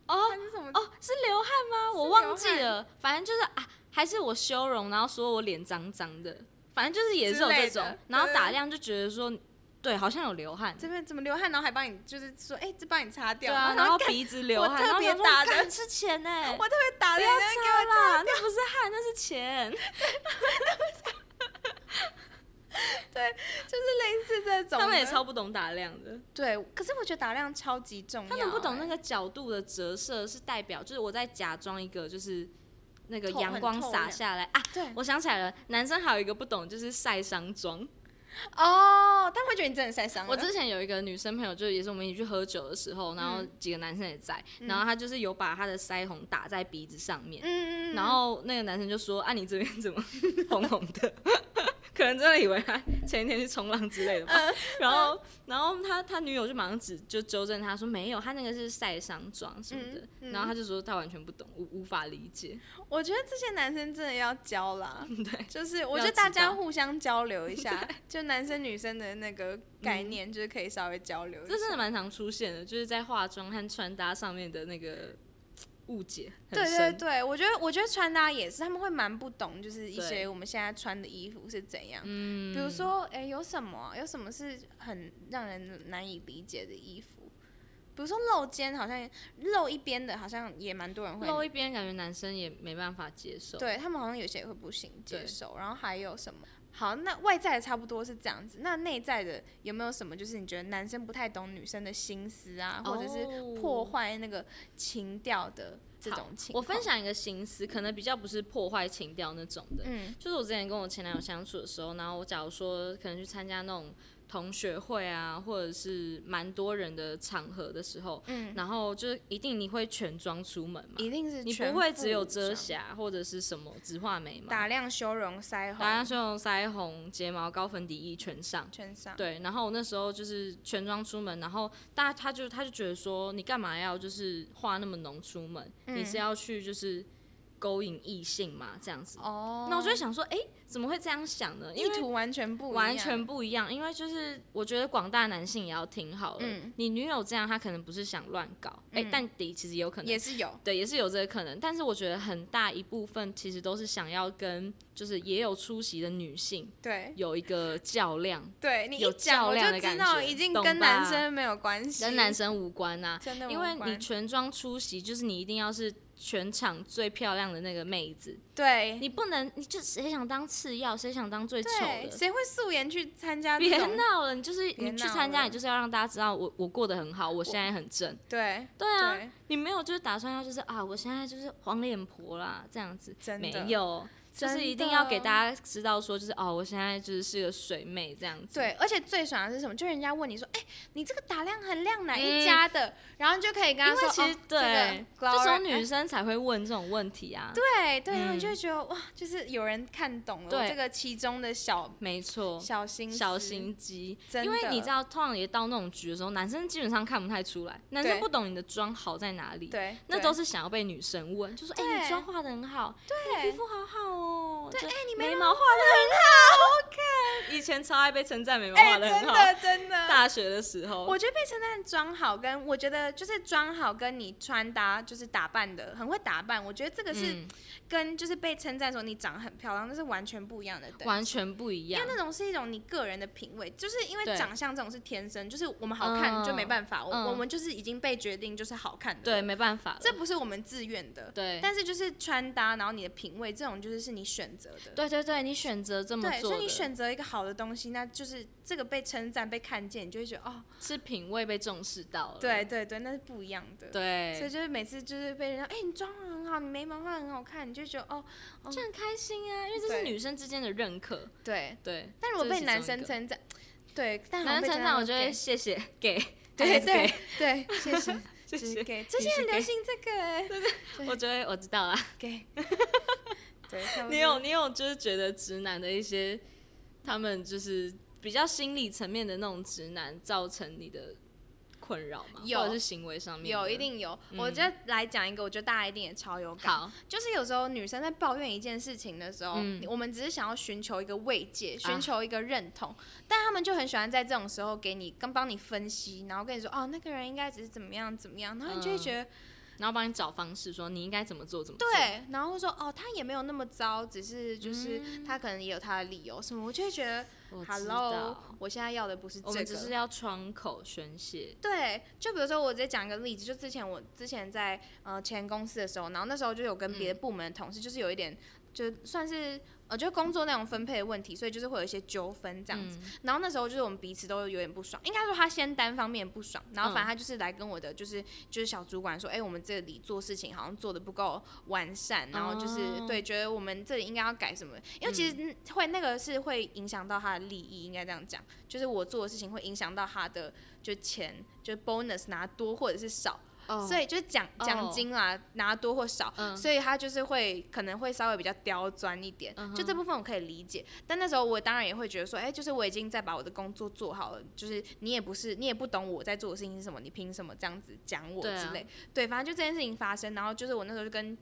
[SPEAKER 2] 哦
[SPEAKER 1] 还是什么？
[SPEAKER 2] 哦，是流汗吗？我忘记了，反正就是啊，还是我修容，然后说我脸脏脏的，反正就是也是有
[SPEAKER 1] 之类
[SPEAKER 2] 这
[SPEAKER 1] 的
[SPEAKER 2] 种
[SPEAKER 1] 对，
[SPEAKER 2] 然后打量就觉得说，对，好像有流汗，
[SPEAKER 1] 这边怎么流汗，然后还帮你就是说，哎、这帮你擦
[SPEAKER 2] 对
[SPEAKER 1] 掉，
[SPEAKER 2] 啊，
[SPEAKER 1] 然
[SPEAKER 2] 然
[SPEAKER 1] 后
[SPEAKER 2] 后
[SPEAKER 1] 干
[SPEAKER 2] 鼻子流
[SPEAKER 1] 我
[SPEAKER 2] 汗，
[SPEAKER 1] 特
[SPEAKER 2] 然后
[SPEAKER 1] 别
[SPEAKER 2] 想说
[SPEAKER 1] 打
[SPEAKER 2] 干
[SPEAKER 1] 的
[SPEAKER 2] 是钱欸呢、
[SPEAKER 1] 我特别打
[SPEAKER 2] 不
[SPEAKER 1] 量
[SPEAKER 2] 要
[SPEAKER 1] 那个
[SPEAKER 2] 擦啦，那不是汗，那是钱。
[SPEAKER 1] 类似这种的，
[SPEAKER 2] 他们也超不懂打量的，
[SPEAKER 1] 对，可是我觉得打量超级重要、
[SPEAKER 2] 他们不懂那
[SPEAKER 1] 欸
[SPEAKER 2] 个角度的折射是代表，就是我在假装一个就是那个
[SPEAKER 1] 透
[SPEAKER 2] 阳
[SPEAKER 1] 很
[SPEAKER 2] 光
[SPEAKER 1] 透
[SPEAKER 2] 洒
[SPEAKER 1] 亮
[SPEAKER 2] 下来啊。
[SPEAKER 1] 对
[SPEAKER 2] 我想起来了，男生还有一个不懂就是晒伤妆。
[SPEAKER 1] 哦，他们会觉得你真的晒伤了。
[SPEAKER 2] 我之前有一个女生朋友，就是也是我们一起去喝酒的时候，然后几个男生也在，然后她就是有把她的腮红打在鼻子上面，
[SPEAKER 1] 嗯，嗯嗯
[SPEAKER 2] 然后那个男生就说：“啊，你这边怎么 红红的？” 可能真的以为他前一天去冲浪之类的吧。
[SPEAKER 1] 嗯
[SPEAKER 2] 然后，然后他他女友就马上指就纠正他说：“没有，他那个是晒伤妆什么的。
[SPEAKER 1] 嗯嗯
[SPEAKER 2] 然后他就说他完全不懂，无无法理解。
[SPEAKER 1] 我觉得这些男生真的要教啦，
[SPEAKER 2] 对，
[SPEAKER 1] 就是我觉
[SPEAKER 2] 要
[SPEAKER 1] 得
[SPEAKER 2] 知
[SPEAKER 1] 大家
[SPEAKER 2] 道
[SPEAKER 1] 互相交流一 下，就男生女生的那个概念，就是可以稍微交流一下。
[SPEAKER 2] 嗯这真的蛮常出现的，就是在化妆和穿搭上面的那个误解很
[SPEAKER 1] 对对
[SPEAKER 2] 深。
[SPEAKER 1] 对，我觉得我觉得穿搭也是，他们会蛮不懂，就是一
[SPEAKER 2] 对
[SPEAKER 1] 些我们现在穿的衣服是怎样。
[SPEAKER 2] 嗯，
[SPEAKER 1] 比如说，哎、有什么啊有什么是很让人难以理解的衣服？比如说露肩，好像露一边的，好像也蛮多人会
[SPEAKER 2] 露一边，感觉男生也没办法接受。
[SPEAKER 1] 对他们好像有些也会不行接
[SPEAKER 2] 对
[SPEAKER 1] 受，然后还有什么？好，那外在的差不多是这样子，那内在的有没有什么？就是你觉得男生不太懂女生的心思啊，或者是破
[SPEAKER 2] 哦
[SPEAKER 1] 坏那个情调的这
[SPEAKER 2] 好
[SPEAKER 1] 种情
[SPEAKER 2] 我分
[SPEAKER 1] 况，
[SPEAKER 2] 享一个心思，可能比较不是破坏情调那种的，
[SPEAKER 1] 嗯
[SPEAKER 2] 就是我之前跟我前男友相处的时候，然后我假如说可能去参加那种同学会啊，或者是蛮多人的场合的时候，
[SPEAKER 1] 嗯，
[SPEAKER 2] 然后就是一定你会全妆出门嘛，
[SPEAKER 1] 一定是
[SPEAKER 2] 你
[SPEAKER 1] 全
[SPEAKER 2] 不会
[SPEAKER 1] 副
[SPEAKER 2] 只有
[SPEAKER 1] 武
[SPEAKER 2] 遮
[SPEAKER 1] 装、
[SPEAKER 2] 瑕或者是什么只画眉毛，
[SPEAKER 1] 打亮修容、腮
[SPEAKER 2] 打
[SPEAKER 1] 红、
[SPEAKER 2] 上修容、腮红、睫毛、高粉底液全上。
[SPEAKER 1] 全上，
[SPEAKER 2] 对，然后我那时候就是全妆出门，然后大家他就他就觉得说，你干嘛要就是化那么浓出门？
[SPEAKER 1] 嗯
[SPEAKER 2] 你是要去就是勾引异性嘛，这样子。
[SPEAKER 1] 哦，
[SPEAKER 2] 那我就会想说，哎、怎么会这样想呢？因
[SPEAKER 1] 意
[SPEAKER 2] 为
[SPEAKER 1] 图完全不一样，
[SPEAKER 2] 完全不一样，因为就是我觉得广大男性也要听好了，
[SPEAKER 1] 嗯
[SPEAKER 2] 你女友这样，她可能不是想乱搞，哎、但底其实也有可能
[SPEAKER 1] 也是有，
[SPEAKER 2] 对，也是有这个可能，但是我觉得很大一部分其实都是想要跟就是也有出席的女性
[SPEAKER 1] 对
[SPEAKER 2] 有一个 较量，
[SPEAKER 1] 对，你
[SPEAKER 2] 有
[SPEAKER 1] 一讲
[SPEAKER 2] 较
[SPEAKER 1] 我
[SPEAKER 2] 量
[SPEAKER 1] 就
[SPEAKER 2] 的
[SPEAKER 1] 知
[SPEAKER 2] 感
[SPEAKER 1] 道
[SPEAKER 2] 觉
[SPEAKER 1] 已经
[SPEAKER 2] 懂
[SPEAKER 1] 跟男
[SPEAKER 2] 吧
[SPEAKER 1] 生没有关系，
[SPEAKER 2] 跟男生无关呐、
[SPEAKER 1] 真的
[SPEAKER 2] 因
[SPEAKER 1] 无
[SPEAKER 2] 为你
[SPEAKER 1] 关
[SPEAKER 2] 全妆出席，就是你一定要是全场最漂亮的那个妹子，
[SPEAKER 1] 对
[SPEAKER 2] 你不能，你就谁想当次要，谁想当最丑
[SPEAKER 1] 对，
[SPEAKER 2] 的。
[SPEAKER 1] 谁会素颜去参加这
[SPEAKER 2] 别
[SPEAKER 1] 种？
[SPEAKER 2] 闹了，你就是
[SPEAKER 1] 别
[SPEAKER 2] 你去
[SPEAKER 1] 闹
[SPEAKER 2] 参加，
[SPEAKER 1] 了
[SPEAKER 2] 你就是要让大家知道我我过得很好，我现在很正。
[SPEAKER 1] 对
[SPEAKER 2] 对啊，
[SPEAKER 1] 对，
[SPEAKER 2] 你没有就是打算要就是啊，我现在就是黄脸婆啦这样子，
[SPEAKER 1] 真
[SPEAKER 2] 没
[SPEAKER 1] 的
[SPEAKER 2] 有，就是一定要给大家知道说，就是哦，我现在就是是个水妹这样子。
[SPEAKER 1] 对，而且最爽的是什么？就是人家问你说，哎、你这个打量很亮哪一家的，然后你就可以跟
[SPEAKER 2] 嗯
[SPEAKER 1] 他
[SPEAKER 2] 因为
[SPEAKER 1] 说，
[SPEAKER 2] 其实
[SPEAKER 1] 哦、
[SPEAKER 2] 对，
[SPEAKER 1] 这个 Gloria, 哎
[SPEAKER 2] 这种女生才会问这种问题啊。
[SPEAKER 1] 对对，然后
[SPEAKER 2] 嗯
[SPEAKER 1] 你就会觉得哇，就是有人看懂了我
[SPEAKER 2] 对
[SPEAKER 1] 这个其中的小
[SPEAKER 2] 没错，
[SPEAKER 1] 小心思
[SPEAKER 2] 小，心机，
[SPEAKER 1] 真
[SPEAKER 2] 因为
[SPEAKER 1] 的
[SPEAKER 2] 你知道，通常也到那种局的时候，男生基本上看不太出来，男生不懂你的妆好在哪里。
[SPEAKER 1] 对，
[SPEAKER 2] 那都
[SPEAKER 1] 是
[SPEAKER 2] 是想要被女生问，就说：“哎、
[SPEAKER 1] 对
[SPEAKER 2] 你妆化的很好，皮
[SPEAKER 1] 对
[SPEAKER 2] 肤好好哦。”对，哎、
[SPEAKER 1] 你眉
[SPEAKER 2] 眉毛画的很好， 看。以前超爱被称赞眉毛
[SPEAKER 1] 哎、
[SPEAKER 2] 画的
[SPEAKER 1] 真
[SPEAKER 2] 很好，
[SPEAKER 1] 的真的，
[SPEAKER 2] 大学的时候，
[SPEAKER 1] 我觉得被称赞妆好跟我觉得就是妆好跟你穿搭就是打扮的很会打扮，我觉得这个是
[SPEAKER 2] 嗯、
[SPEAKER 1] 跟就是被称赞说你长得很漂亮，那是完全不一样的。对，
[SPEAKER 2] 完全不一
[SPEAKER 1] 因
[SPEAKER 2] 样
[SPEAKER 1] 为。那种是一种你个人的品味，就是因为
[SPEAKER 2] 对
[SPEAKER 1] 长相这种是天生，就是我们好看
[SPEAKER 2] 嗯
[SPEAKER 1] 就没办法，我
[SPEAKER 2] 嗯
[SPEAKER 1] 我们就是已经被决定就是好看的。
[SPEAKER 2] 对，，没办法了，
[SPEAKER 1] 这不是我们自愿的。
[SPEAKER 2] 对，
[SPEAKER 1] 但是就是穿搭，然后你的品味这种就是是你选择的。
[SPEAKER 2] 对对对，你选择这么
[SPEAKER 1] 对，
[SPEAKER 2] 做
[SPEAKER 1] 所
[SPEAKER 2] 的，
[SPEAKER 1] 以你选择一个好的东西，那就是这个被称赞、被看见，你就会觉得哦，
[SPEAKER 2] 是品味被重视到了，
[SPEAKER 1] 对对对，那是不一样的。所以
[SPEAKER 2] 呃对，
[SPEAKER 1] 就是每次就是被人家，哎、你妆容很好，你眉毛画得很好看，你就觉得哦，
[SPEAKER 2] 就很开心啊，因为这是
[SPEAKER 1] 对
[SPEAKER 2] 女生之间的认可，
[SPEAKER 1] 对。
[SPEAKER 2] 对。
[SPEAKER 1] 但如果
[SPEAKER 2] 这是
[SPEAKER 1] 被
[SPEAKER 2] 其
[SPEAKER 1] 男
[SPEAKER 2] 中一
[SPEAKER 1] 生
[SPEAKER 2] 个
[SPEAKER 1] 称赞，对，但好
[SPEAKER 2] 男
[SPEAKER 1] 像被
[SPEAKER 2] 生称
[SPEAKER 1] 称
[SPEAKER 2] 赞，
[SPEAKER 1] 赞
[SPEAKER 2] 我觉
[SPEAKER 1] 就
[SPEAKER 2] 得
[SPEAKER 1] 会
[SPEAKER 2] 谢谢 给，还
[SPEAKER 1] 对
[SPEAKER 2] 是
[SPEAKER 1] 对对，谢谢，
[SPEAKER 2] 给
[SPEAKER 1] 就
[SPEAKER 2] 谢
[SPEAKER 1] 是
[SPEAKER 2] 谢，
[SPEAKER 1] 给，最
[SPEAKER 2] 你
[SPEAKER 1] 近
[SPEAKER 2] 是
[SPEAKER 1] 很流
[SPEAKER 2] 给
[SPEAKER 1] 行这个哎，
[SPEAKER 2] 我觉得我知道啦。
[SPEAKER 1] 给，对，差不
[SPEAKER 2] 你
[SPEAKER 1] 多
[SPEAKER 2] 有你有就是觉得直男的一些，他们就是比较心理层面的那种直男，造成你的困扰吗？
[SPEAKER 1] 有
[SPEAKER 2] 或者是行为上面
[SPEAKER 1] 有
[SPEAKER 2] 的
[SPEAKER 1] 一定有，我觉得来讲一个，我觉得大家一定也超有感，
[SPEAKER 2] 嗯好，
[SPEAKER 1] 就是有时候女生在抱怨一件事情的时候，
[SPEAKER 2] 嗯
[SPEAKER 1] 我们只是想要寻求一个慰藉，
[SPEAKER 2] 啊
[SPEAKER 1] 寻求一个认同，但他们就很喜欢在这种时候给你刚帮你分析，然后跟你说哦，那个人应该只是怎么样怎么样，然后你
[SPEAKER 2] 嗯
[SPEAKER 1] 就会觉得、
[SPEAKER 2] 然后帮你找方式说你应该怎么做怎么做。
[SPEAKER 1] 对，然后说哦，他也没有那么糟，只是就是
[SPEAKER 2] 嗯
[SPEAKER 1] 他可能也有他的理由什么，我就会觉得
[SPEAKER 2] 我知
[SPEAKER 1] ，Hello，
[SPEAKER 2] 道
[SPEAKER 1] 我现在要的不是
[SPEAKER 2] 我
[SPEAKER 1] 这
[SPEAKER 2] 们只是
[SPEAKER 1] 个。
[SPEAKER 2] 要窗口宣泄。
[SPEAKER 1] 对，就比如说我直接讲一个例子，就之前我之前在呃前公司的时候，然后那时候就有跟别的部门的同事，就是有一点就算是呃就工作内容分配的问题，所以就是会有一些纠纷这样子。然后那时候就是我们彼此都有点不爽，应该说他先单方面不爽，然后反正他就是来跟我的就是就是小主管说，哎、我们这里做事情好像做的不够完善，然后就是、
[SPEAKER 2] 哦
[SPEAKER 1] 对，觉得我们这里应该要改什么，因为其实嗯会那个是会影响到他的利益，应该这样讲，就是我做的事情会影响到他的就钱，就是 bonus 拿多或者是少，
[SPEAKER 2] 哦
[SPEAKER 1] 所以就是奖
[SPEAKER 2] 哦
[SPEAKER 1] 奖金啦、拿多或少，
[SPEAKER 2] 嗯
[SPEAKER 1] 所以他就是会可能会稍微比较刁钻一点，
[SPEAKER 2] 嗯哼
[SPEAKER 1] 就这部分我可以理解。但那时候我当然也会觉得说，哎、就是我已经在把我的工作做好了，就是你也不是你也不懂我在做的事情是什么，你凭什么这样子讲我
[SPEAKER 2] 对啊
[SPEAKER 1] 之类？对，反正就这件事情发生，然后就是我那时候就跟。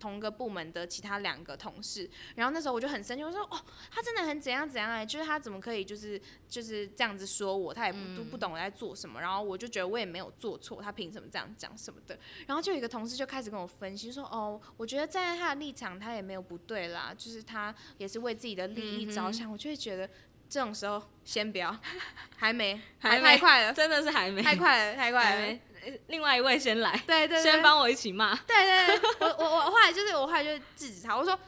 [SPEAKER 1] 同个部门的其他两个同事，然后那时候我就很生气，我说哦，他真的很怎样怎样哎、就是他怎么可以就是就是这样子说我，他也不、都不
[SPEAKER 2] 嗯
[SPEAKER 1] 懂我在做什么，然后我就觉得我也没有做错，他凭什么这样讲什么的？然后就有一个同事就开始跟我分析说，哦，我觉得站在他的立场，他也没有不对啦，就是他也是为自己的利益
[SPEAKER 2] 嗯
[SPEAKER 1] 着想，我就会觉得这种时候先不要， 还 没，
[SPEAKER 2] 还没
[SPEAKER 1] 太快了，
[SPEAKER 2] 真的是还没，
[SPEAKER 1] 太快了，太
[SPEAKER 2] 还
[SPEAKER 1] 快了，
[SPEAKER 2] 没。呃另外一位先来，
[SPEAKER 1] 对对对，
[SPEAKER 2] 先帮我一起骂。
[SPEAKER 1] 对对对，我我我后来就是我后来就制止他，我说。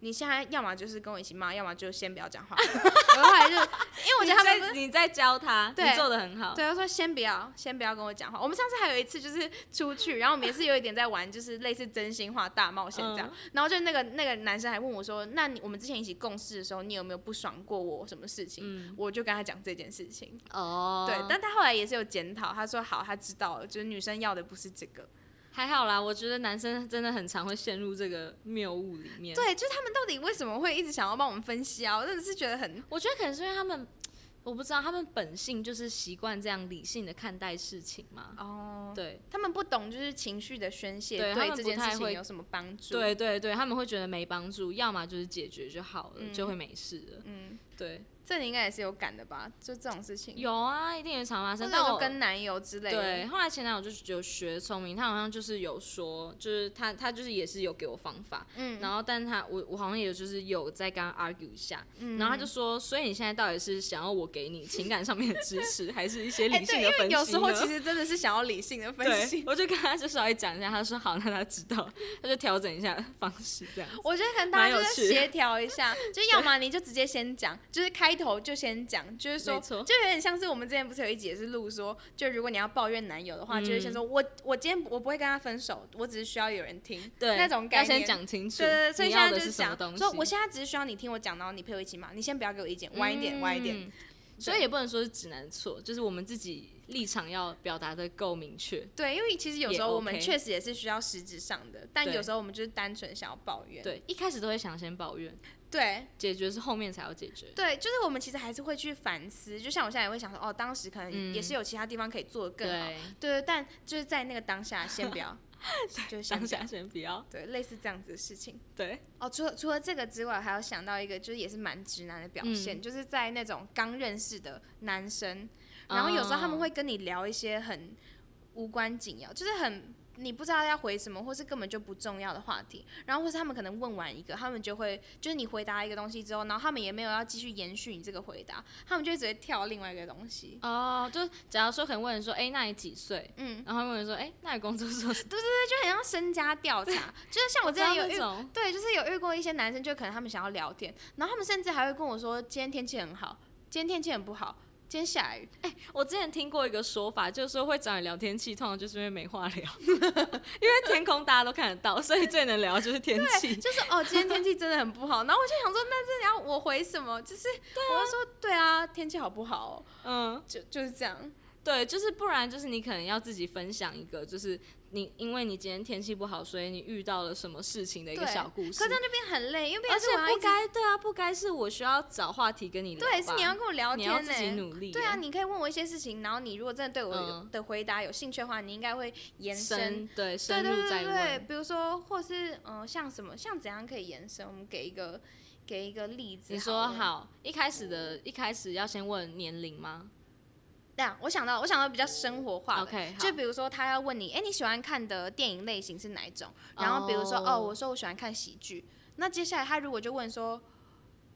[SPEAKER 1] 你现在要么就是跟我一起骂，要么就先不要讲话。 我后来就，因为我觉得他们不
[SPEAKER 2] 你在你在教他，
[SPEAKER 1] 对
[SPEAKER 2] 你做的很好。
[SPEAKER 1] 对，他说先不要，先不要跟我讲话。我们上次还有一次就是出去，然后我们也是有一点在玩，就是类似真心话大冒险这样。
[SPEAKER 2] 嗯
[SPEAKER 1] 然后就那个那个男生还问我说：“那你我们之前一起共事的时候，你有没有不爽过我什么事情？”我就跟他讲这件事情。
[SPEAKER 2] 嗯哦
[SPEAKER 1] 对，但他后来也是有检讨，他说：“好，他知道了，就是女生要的不是这个。
[SPEAKER 2] 还好啦，我觉得男生真的很常会陷入这个谬误里”面。，
[SPEAKER 1] 对，就是他们到底为什么会一直想要帮我们分析啊？我真的是觉得很
[SPEAKER 2] 我觉得可能是因为他们，我不知道他们本性就是习惯这样理性的看待事情嘛。
[SPEAKER 1] 哦。
[SPEAKER 2] 对，
[SPEAKER 1] 他们不懂，就是情绪的宣泄
[SPEAKER 2] 对他
[SPEAKER 1] 对
[SPEAKER 2] 们
[SPEAKER 1] 这
[SPEAKER 2] 不
[SPEAKER 1] 件
[SPEAKER 2] 太
[SPEAKER 1] 事情
[SPEAKER 2] 会
[SPEAKER 1] 有什么帮助？，
[SPEAKER 2] 对对对，他们会觉得没帮助，要么就是解决就好了，
[SPEAKER 1] 嗯
[SPEAKER 2] 就会没事了。
[SPEAKER 1] 嗯，
[SPEAKER 2] 对，
[SPEAKER 1] 这你应该也是有感的吧？就这种事情，
[SPEAKER 2] 有啊，一定也常发
[SPEAKER 1] 或
[SPEAKER 2] 生。
[SPEAKER 1] 者
[SPEAKER 2] 但
[SPEAKER 1] 说
[SPEAKER 2] 我
[SPEAKER 1] 跟男友之类的。
[SPEAKER 2] 对，后来前男友就是有学聪明，他好像就是有说，就是他他就是也是有给我方法，
[SPEAKER 1] 嗯，
[SPEAKER 2] 然后但他我我好像也有就是有在跟他 argue 一下，
[SPEAKER 1] 嗯
[SPEAKER 2] 然后他就说，所以你现在到底是想要我给你情感上面的支 持，还是一些
[SPEAKER 1] 哎、
[SPEAKER 2] 理性
[SPEAKER 1] 对，
[SPEAKER 2] 的
[SPEAKER 1] 因
[SPEAKER 2] 分析
[SPEAKER 1] 为
[SPEAKER 2] 呢？
[SPEAKER 1] 有时候其实真的是想要理性的分
[SPEAKER 2] 对
[SPEAKER 1] 析，。
[SPEAKER 2] 我就跟他就稍微讲一下，他说好，那他知道，他就调整一下方式这样。
[SPEAKER 1] 我觉得可能大家
[SPEAKER 2] 蛮有
[SPEAKER 1] 就是
[SPEAKER 2] 趣的
[SPEAKER 1] 协调一下，就要么你就直接先讲，就是开头就先讲，就是说，
[SPEAKER 2] 没错
[SPEAKER 1] 就有点像是我们之前不是有一集也是录说，就如果你要抱怨男友的话，
[SPEAKER 2] 嗯
[SPEAKER 1] 就是先说我我今天我不会跟他分手，我只是需要有人听，
[SPEAKER 2] 对，
[SPEAKER 1] 那种
[SPEAKER 2] 要
[SPEAKER 1] 概念。
[SPEAKER 2] 先讲清楚，
[SPEAKER 1] 对对对，所以
[SPEAKER 2] 你
[SPEAKER 1] 现在
[SPEAKER 2] 要
[SPEAKER 1] 就
[SPEAKER 2] 的是什么
[SPEAKER 1] 讲
[SPEAKER 2] 东西，
[SPEAKER 1] 说，我现在只是需要你听我讲，然后你陪我一起骂，你先不要给我意见，晚一点，晚一点。
[SPEAKER 2] 嗯。所以也不能说是指南错，就是我们自己立场要表达的够明确。
[SPEAKER 1] 对，因为其实有时候
[SPEAKER 2] 也
[SPEAKER 1] 我们
[SPEAKER 2] OK
[SPEAKER 1] 确实也是需要实质上的，但
[SPEAKER 2] 对
[SPEAKER 1] 有时候我们就是单纯想要抱怨。
[SPEAKER 2] 对，一开始都会想先抱怨，
[SPEAKER 1] 对，
[SPEAKER 2] 解决是后面才要解决。
[SPEAKER 1] 对，就是我们其实还是会去反思，就像我现在也会想说，哦，当时可能
[SPEAKER 2] 嗯
[SPEAKER 1] 也是有其他地方可以做的更好，
[SPEAKER 2] 对，
[SPEAKER 1] 对，但就是在那个当下先 不要，就是先
[SPEAKER 2] 当
[SPEAKER 1] 不要
[SPEAKER 2] 下先不要。
[SPEAKER 1] 对，类似这样子的事情。
[SPEAKER 2] 对，
[SPEAKER 1] 哦，除了除了这个之外，还有想到一个，就是也是蛮直男的表现，就是在那种刚认识的男生，然后有时候他们
[SPEAKER 2] 哦
[SPEAKER 1] 会跟你聊一些很无关紧要，就是很你不知道要回什么，或是根本就不重要的话题，然后或是他们可能问完一个，他们就会就是你回答一个东西之后，然后他们也没有要继续延续你这个回答，他们就会直接跳另外一个东西。
[SPEAKER 2] 哦，就假如说可能问人说，哎、那你几岁？
[SPEAKER 1] 嗯，
[SPEAKER 2] 然后问人说，哎、那你工作做什么？
[SPEAKER 1] 对，就很像身家调 查，就是像我之前有
[SPEAKER 2] 知道那
[SPEAKER 1] 遇
[SPEAKER 2] 种，
[SPEAKER 1] 对，就是有遇过一些男生，就可能他们想要聊天，然后他们甚至还会跟我说今天天气很好，今天天气很不好，今天下雨。
[SPEAKER 2] 我之前听过一个说法，就是说会找你聊天气，通常就是因为没话聊， 因为天空大家都看得到，所以最能聊就是天气。
[SPEAKER 1] 就是哦，今天天气真的很不好。然后我就想说，那这要我回什么？就是、我就说对啊，天气好不好哦、
[SPEAKER 2] 嗯，
[SPEAKER 1] 就就是这样。
[SPEAKER 2] 对，就是不然就是你可能要自己分享一个，就是你因为你今天天气不好，所以你遇到了什么事情的一个
[SPEAKER 1] 对
[SPEAKER 2] 小故
[SPEAKER 1] 可
[SPEAKER 2] 事
[SPEAKER 1] 这。样就变很累，因为变
[SPEAKER 2] 而
[SPEAKER 1] 成是
[SPEAKER 2] 且
[SPEAKER 1] 我要一
[SPEAKER 2] 不
[SPEAKER 1] 直
[SPEAKER 2] 该，对啊，不该是我需要找话题跟你聊吧。
[SPEAKER 1] 对，是你要跟我聊
[SPEAKER 2] 你
[SPEAKER 1] 天
[SPEAKER 2] 要
[SPEAKER 1] 呢、
[SPEAKER 2] 自己努力。欸
[SPEAKER 1] 对啊，，你可以问我一些事情，然后你如果真的对我
[SPEAKER 2] 嗯
[SPEAKER 1] 的回答有兴趣的话，你应该会延伸
[SPEAKER 2] 深对
[SPEAKER 1] 对
[SPEAKER 2] 深
[SPEAKER 1] 对
[SPEAKER 2] 入
[SPEAKER 1] 对
[SPEAKER 2] 再
[SPEAKER 1] 对对，
[SPEAKER 2] 问。
[SPEAKER 1] 比如说，或是嗯、呃像什么，像怎样可以延伸？我们给一个给一个例子。
[SPEAKER 2] 你说，好，一开始的一开始要先问年龄吗
[SPEAKER 1] 这样我想到我想到比较生活化的
[SPEAKER 2] ？OK，好
[SPEAKER 1] 就比如说他要问你，哎、你喜欢看的电影类型是哪一种？然后比如说，哦
[SPEAKER 2] 哦
[SPEAKER 1] 我说我喜欢看喜剧。那接下来他如果就问说，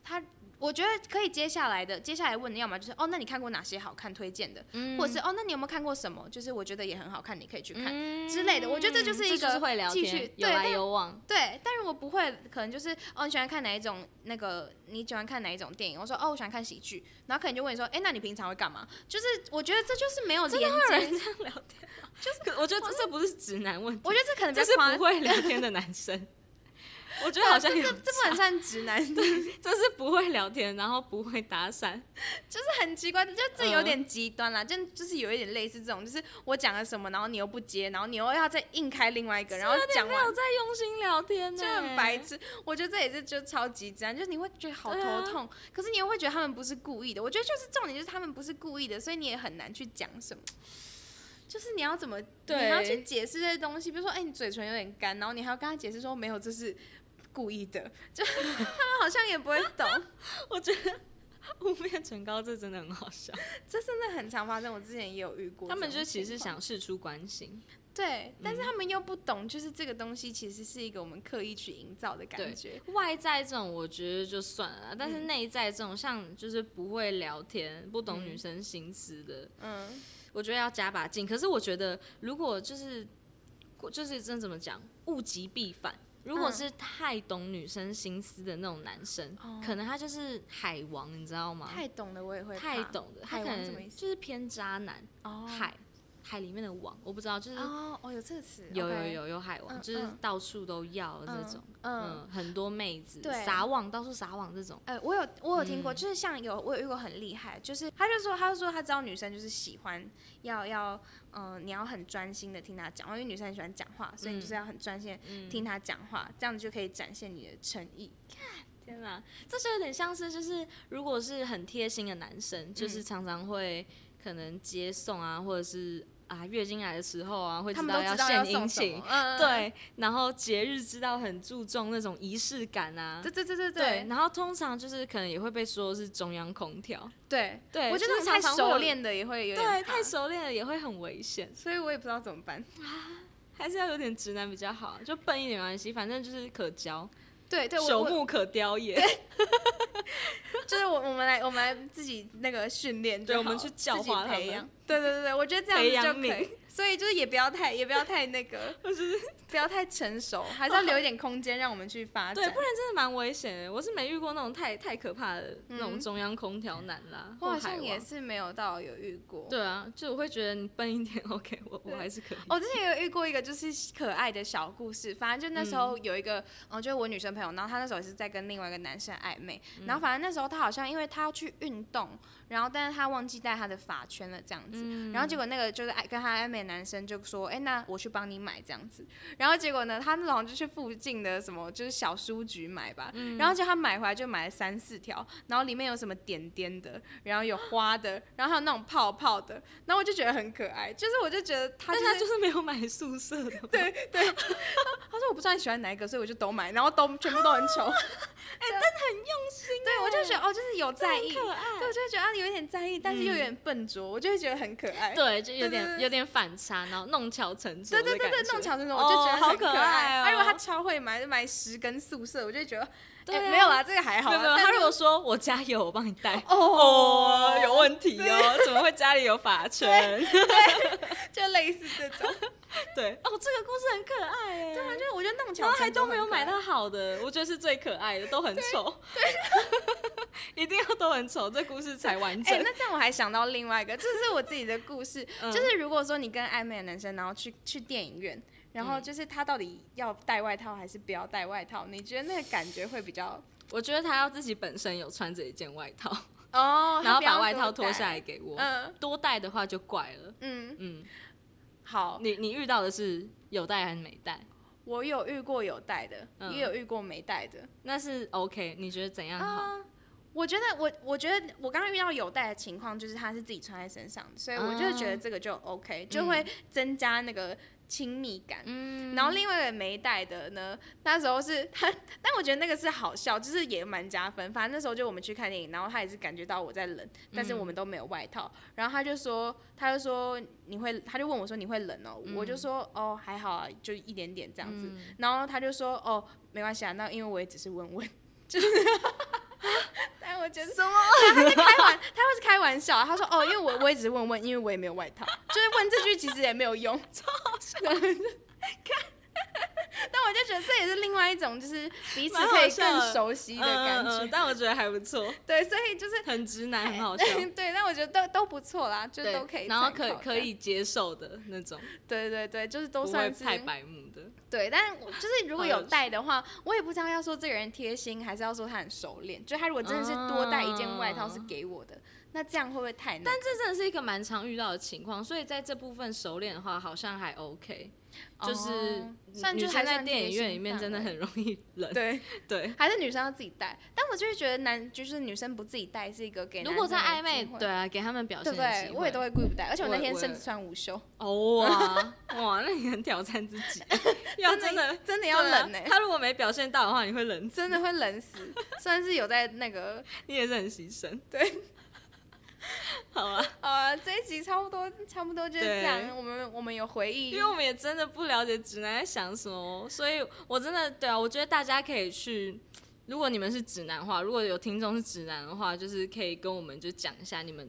[SPEAKER 1] 他我觉得可以接下来的，接下来问的要么就是，哦，那你看过哪些好看推荐的？
[SPEAKER 2] 嗯
[SPEAKER 1] 或者是哦，那你有没有看过什么？就是我觉得也很好看，你可以去看。
[SPEAKER 2] 嗯
[SPEAKER 1] 之类的我觉得这就是一个
[SPEAKER 2] 是会聊
[SPEAKER 1] 继
[SPEAKER 2] 天
[SPEAKER 1] 续，
[SPEAKER 2] 有
[SPEAKER 1] 对
[SPEAKER 2] 来
[SPEAKER 1] 但
[SPEAKER 2] 有往。
[SPEAKER 1] 对，但如果不会，可能就是哦，你喜欢看哪一种那个？你喜欢看哪一种电影？我说哦，我喜欢看喜剧，然后可能就问你说，哎、那你平常会干嘛？就是我觉得这就是没有连接，
[SPEAKER 2] 这样聊天吗，就是可我觉得这这不是直男问题，
[SPEAKER 1] 我觉得这可能比
[SPEAKER 2] 这
[SPEAKER 1] 较
[SPEAKER 2] 是
[SPEAKER 1] 夸啊
[SPEAKER 2] 不 会聊天的男生。我觉得好像有
[SPEAKER 1] 这这这不能算直男，这
[SPEAKER 2] 这是不会聊天，然后不会 搭讪，
[SPEAKER 1] 是很奇怪的，就这
[SPEAKER 2] 嗯
[SPEAKER 1] 有点极端啦，就就是有一点类似这种，就是我讲了什么，然后你又不接，然后你又要再硬开另外一啊个，然后讲
[SPEAKER 2] 啊没有
[SPEAKER 1] 完
[SPEAKER 2] 在用心聊天欸呢、
[SPEAKER 1] 就很白 痴。我觉得这也是就超级直男，就是你会觉得好
[SPEAKER 2] 对啊
[SPEAKER 1] 头痛，可是你又会觉得他们不是故意的。我觉得就是重点就是他们不是故意的，所以你也很难去讲什么。就是你要怎么，你
[SPEAKER 2] 对
[SPEAKER 1] 要去解释这些东西，比如说，哎、你嘴唇有点干，然后你还要跟他解释说没有，这是故意的，就 他们好像也不会懂。
[SPEAKER 2] 我觉得 雾面唇膏这真的很好笑，
[SPEAKER 1] 这真的很常发生，我之前也有遇过这种情况。
[SPEAKER 2] 他们就其实嗯想试出关心，
[SPEAKER 1] 对，但是他们又不懂，就是这个东西其实是一个我们刻意去营造的感觉。
[SPEAKER 2] 外在这种我觉得就算了啦，但
[SPEAKER 1] 嗯
[SPEAKER 2] 是内在这种像就是不会聊天、不懂女生心思的，
[SPEAKER 1] 嗯，
[SPEAKER 2] 我觉得要加把劲。可是我觉得，如果就是就是真怎么讲，物极必反。如果
[SPEAKER 1] 嗯
[SPEAKER 2] 是太懂女生心思的那种男生，
[SPEAKER 1] 哦
[SPEAKER 2] 可能他就是海王，你知道吗？
[SPEAKER 1] 太懂了我也会怕
[SPEAKER 2] 太懂的，他
[SPEAKER 1] 海
[SPEAKER 2] 可
[SPEAKER 1] 王什么意
[SPEAKER 2] 能
[SPEAKER 1] 思
[SPEAKER 2] 就是偏渣男。
[SPEAKER 1] 哦
[SPEAKER 2] 海海里面的王，我不知道，就是
[SPEAKER 1] 哦哦有这个词
[SPEAKER 2] 有有
[SPEAKER 1] OK
[SPEAKER 2] 有有海王，
[SPEAKER 1] 嗯
[SPEAKER 2] 就是
[SPEAKER 1] 嗯
[SPEAKER 2] 到处都要这种，
[SPEAKER 1] 嗯。
[SPEAKER 2] 嗯，很多妹子
[SPEAKER 1] 对
[SPEAKER 2] 撒网，到处撒网这种。
[SPEAKER 1] 呃，我有我有
[SPEAKER 2] 嗯
[SPEAKER 1] 听过，就是像有我有遇过很厉害，就是他就说他就说他知道女生就是喜欢要要嗯、呃你要很专心的听她讲话，因为女生很喜欢讲话，所以你
[SPEAKER 2] 嗯
[SPEAKER 1] 就是要很专心地听她讲话，这样子就可以展现你的诚意。
[SPEAKER 2] 天哪、这就有点像是，就是如果是很贴心的男生，
[SPEAKER 1] 嗯
[SPEAKER 2] 就是常常会可能接送啊，或者是啊月经来的时候啊，会
[SPEAKER 1] 他
[SPEAKER 2] 知
[SPEAKER 1] 们都
[SPEAKER 2] 道
[SPEAKER 1] 知道要
[SPEAKER 2] 献
[SPEAKER 1] 送
[SPEAKER 2] 殷
[SPEAKER 1] 什么
[SPEAKER 2] 勤，，
[SPEAKER 1] 嗯，
[SPEAKER 2] 对，然后节日知道很注重那种仪式感啊
[SPEAKER 1] 对，对对对
[SPEAKER 2] 对，
[SPEAKER 1] 对
[SPEAKER 2] 然后通常就是可能也会被说是中央空调，
[SPEAKER 1] 对，
[SPEAKER 2] 对，
[SPEAKER 1] 我觉得
[SPEAKER 2] 就
[SPEAKER 1] 那
[SPEAKER 2] 是
[SPEAKER 1] 种太
[SPEAKER 2] 常常会有
[SPEAKER 1] 熟，练的也会有点
[SPEAKER 2] 对，
[SPEAKER 1] 怕
[SPEAKER 2] 太，熟练了也会很危险，
[SPEAKER 1] 所以我也不知道怎么办。
[SPEAKER 2] 还是要有点直男比较好，就笨一点没关系，反正就是可教，
[SPEAKER 1] 对对，我
[SPEAKER 2] 朽
[SPEAKER 1] 我
[SPEAKER 2] 木可雕 也。
[SPEAKER 1] 就是我我们来我们来自己那个训练就
[SPEAKER 2] 对
[SPEAKER 1] 好，
[SPEAKER 2] 我们去教化
[SPEAKER 1] 自己
[SPEAKER 2] 他
[SPEAKER 1] 培
[SPEAKER 2] 们
[SPEAKER 1] 养。对对对对，我觉得这样子
[SPEAKER 2] 培养
[SPEAKER 1] 就可以。 所以就是也不要太也不要太那 个，不要太成熟，还是要留一点空间让我们去发
[SPEAKER 2] 对，
[SPEAKER 1] 展
[SPEAKER 2] 不。然真的蛮危险的。我是没遇过那种太太可怕的那种
[SPEAKER 1] 嗯
[SPEAKER 2] 中央空调男啦，
[SPEAKER 1] 我
[SPEAKER 2] 或
[SPEAKER 1] 好
[SPEAKER 2] 海
[SPEAKER 1] 像也
[SPEAKER 2] 王。
[SPEAKER 1] 是没有到有遇过。
[SPEAKER 2] 对啊，就我会觉得你笨一点 ，OK，我我
[SPEAKER 1] 对
[SPEAKER 2] 还是可以。
[SPEAKER 1] 我之前有遇过一个就是可爱的小故事，反正就那时候有一个，嗯、就是我女生朋友，然后她那时候也是在跟另外一个男生暧昧，然后反正那时候她好像因为她要去运动，然后但是她忘记带她的发圈了这样子，然后结果那个就是爱跟她暧昧的男生就说，哎、那我去帮你买这样子，然后结果呢，她那种就去附近的什么就是小书局买吧，然后就她买回来就买了三四条，然后里面有什么点点的，然后有花的，然后还有那种泡泡的，然后我就觉得很可爱，就是我就觉得她、
[SPEAKER 2] 但
[SPEAKER 1] 就是
[SPEAKER 2] 他就是没有买宿舍的，对，
[SPEAKER 1] 他说我不知道你喜欢哪一个，所以我就都买，然后都全部都很 丑。哎、 但很用心。对，我就觉得哦，就是有在意，
[SPEAKER 2] 哎可爱。嗯
[SPEAKER 1] 对，我就会觉得啊，有一点在意，但是又有点笨拙，我就会觉得很可爱。
[SPEAKER 2] 对，就有
[SPEAKER 1] 对
[SPEAKER 2] 点
[SPEAKER 1] 对对
[SPEAKER 2] 有点反差，然后弄巧成拙
[SPEAKER 1] 对
[SPEAKER 2] 的
[SPEAKER 1] 对对对，
[SPEAKER 2] 感觉
[SPEAKER 1] 弄巧成拙，
[SPEAKER 2] 哦
[SPEAKER 1] 我就觉得
[SPEAKER 2] 好
[SPEAKER 1] 很
[SPEAKER 2] 可
[SPEAKER 1] 爱。
[SPEAKER 2] 爱哦
[SPEAKER 1] 啊如果他超会买，就买十根宿舍，我就会觉得，
[SPEAKER 2] 对
[SPEAKER 1] 哎
[SPEAKER 2] 啊
[SPEAKER 1] 没有啦，这个还好
[SPEAKER 2] 没有没有，
[SPEAKER 1] 啊。
[SPEAKER 2] 他
[SPEAKER 1] 但
[SPEAKER 2] 如
[SPEAKER 1] 是
[SPEAKER 2] 果说我家有，我帮你带。
[SPEAKER 1] 哦
[SPEAKER 2] 哦，有问题哦，怎么会家里有法圈？
[SPEAKER 1] 就类似这种，
[SPEAKER 2] 对，哦，这个故事很可爱哎。
[SPEAKER 1] 对啊，就是我觉得弄巧
[SPEAKER 2] 然
[SPEAKER 1] 成拙
[SPEAKER 2] 后还都没有
[SPEAKER 1] 很可爱
[SPEAKER 2] 买。到好的，我觉得是最可爱的，都很丑。 对，一定要都很丑，这故事才 完
[SPEAKER 1] 哎、
[SPEAKER 2] 整。
[SPEAKER 1] 那这样我还想到另外一个，这是我自己的故事，
[SPEAKER 2] 嗯
[SPEAKER 1] 就是如果说你跟暧昧的男生，然后去去电影院，然
[SPEAKER 2] 嗯
[SPEAKER 1] 后就是他到底要带外套还是不要带外套，你觉得那个感觉会比较
[SPEAKER 2] 我觉得他要自己本身有穿着一件外套，
[SPEAKER 1] 哦
[SPEAKER 2] 然后把外套脱下来，给我。
[SPEAKER 1] 嗯
[SPEAKER 2] 多带的话就怪了。
[SPEAKER 1] 嗯，
[SPEAKER 2] 嗯，
[SPEAKER 1] 好，
[SPEAKER 2] 你你遇到的是有带还是没带？
[SPEAKER 1] 我有遇过有带的，
[SPEAKER 2] 嗯
[SPEAKER 1] 也有遇过没带的。
[SPEAKER 2] 那是 OK，你觉得怎样好？
[SPEAKER 1] 啊，我觉得我我觉得我刚刚遇到有带的情况，就是他是自己穿在身上的，所以我就
[SPEAKER 2] 哦
[SPEAKER 1] 觉得这个就 OK，、就会增加那个亲密感。
[SPEAKER 2] 嗯，
[SPEAKER 1] 然后另外一个没带的呢，那时候是他，但我觉得那个是好笑，就是也蛮加分。反正那时候就我们去看电影，然后他也是感觉到我在冷，但是我们都没有外套。然后他就说，他就说你会，他就问我说你会冷哦，我
[SPEAKER 2] 嗯
[SPEAKER 1] 就说哦还好啊，就一点点这样子。然后他就说哦没关系啊，那因为我也只是问 问，就是。但我觉得什么？他是开玩，他会是开玩笑啊。他说：“哦，因为我我也只是问问，因为我也没有外套，就是问这句其实也没有用。” 但我就觉得这也是另外一种，就是彼此可以更熟悉的感
[SPEAKER 2] 嗯嗯
[SPEAKER 1] 觉
[SPEAKER 2] 嗯。但我觉得还不 错，
[SPEAKER 1] 对，所以就是
[SPEAKER 2] 很直男，很 好笑。
[SPEAKER 1] 对，但我觉得都都不错啦，就
[SPEAKER 2] 对
[SPEAKER 1] 都可以参考一下。
[SPEAKER 2] 然后可可以接受的那种，
[SPEAKER 1] 对对对，就是都
[SPEAKER 2] 不会
[SPEAKER 1] 算是
[SPEAKER 2] 太白目的。
[SPEAKER 1] 对。但我就是如果
[SPEAKER 2] 好
[SPEAKER 1] 有
[SPEAKER 2] 有趣
[SPEAKER 1] 带的话，我也不知道要说这个人贴心，还是要说他很熟练。就他如果真的是多带一件外套
[SPEAKER 2] 嗯
[SPEAKER 1] 是给我的，那这样会不会太难
[SPEAKER 2] 但？这真的是一个蛮常遇到的情况，所以在这部分熟练的话，好像还 OK。就是
[SPEAKER 1] 哦算
[SPEAKER 2] 女
[SPEAKER 1] 就
[SPEAKER 2] 生
[SPEAKER 1] 还
[SPEAKER 2] 在
[SPEAKER 1] 算
[SPEAKER 2] 电
[SPEAKER 1] 贴
[SPEAKER 2] 影
[SPEAKER 1] 心
[SPEAKER 2] 院里面
[SPEAKER 1] 范
[SPEAKER 2] 真的
[SPEAKER 1] 围
[SPEAKER 2] 很 容易冷。
[SPEAKER 1] 对，
[SPEAKER 2] 对，
[SPEAKER 1] 还是女生要自己带。但我就是觉得男就是女生不自己带是一个给
[SPEAKER 2] 如果
[SPEAKER 1] 男生
[SPEAKER 2] 在
[SPEAKER 1] 的
[SPEAKER 2] 暧昧
[SPEAKER 1] 机，会
[SPEAKER 2] 对啊，给他们表
[SPEAKER 1] 对
[SPEAKER 2] 现
[SPEAKER 1] 不
[SPEAKER 2] 的机
[SPEAKER 1] 对？
[SPEAKER 2] 会。
[SPEAKER 1] 我也都会故意不带，而且我
[SPEAKER 2] 我
[SPEAKER 1] 那
[SPEAKER 2] 也
[SPEAKER 1] 天
[SPEAKER 2] 我
[SPEAKER 1] 甚
[SPEAKER 2] 也
[SPEAKER 1] 至穿无袖。
[SPEAKER 2] 哦 哇哇，那你很挑战自己， 要真的
[SPEAKER 1] 真的要
[SPEAKER 2] 对啊
[SPEAKER 1] 冷呢、 欸
[SPEAKER 2] 他如果没表现到的话，你会冷死，
[SPEAKER 1] 真的会冷死。虽然是有在那个，
[SPEAKER 2] 你也是很牺牲。
[SPEAKER 1] 对，
[SPEAKER 2] 好啊，
[SPEAKER 1] 呃，这一集差不多，差不多就是这
[SPEAKER 2] 对
[SPEAKER 1] 样。我们我们有回忆
[SPEAKER 2] 因为，我们也真的不了解直男在想什么，哦所以我真的对啊，我觉得大家可以去。如果你们是直男的话，如果有听众是直男的话，就是可以跟我们就讲一下你们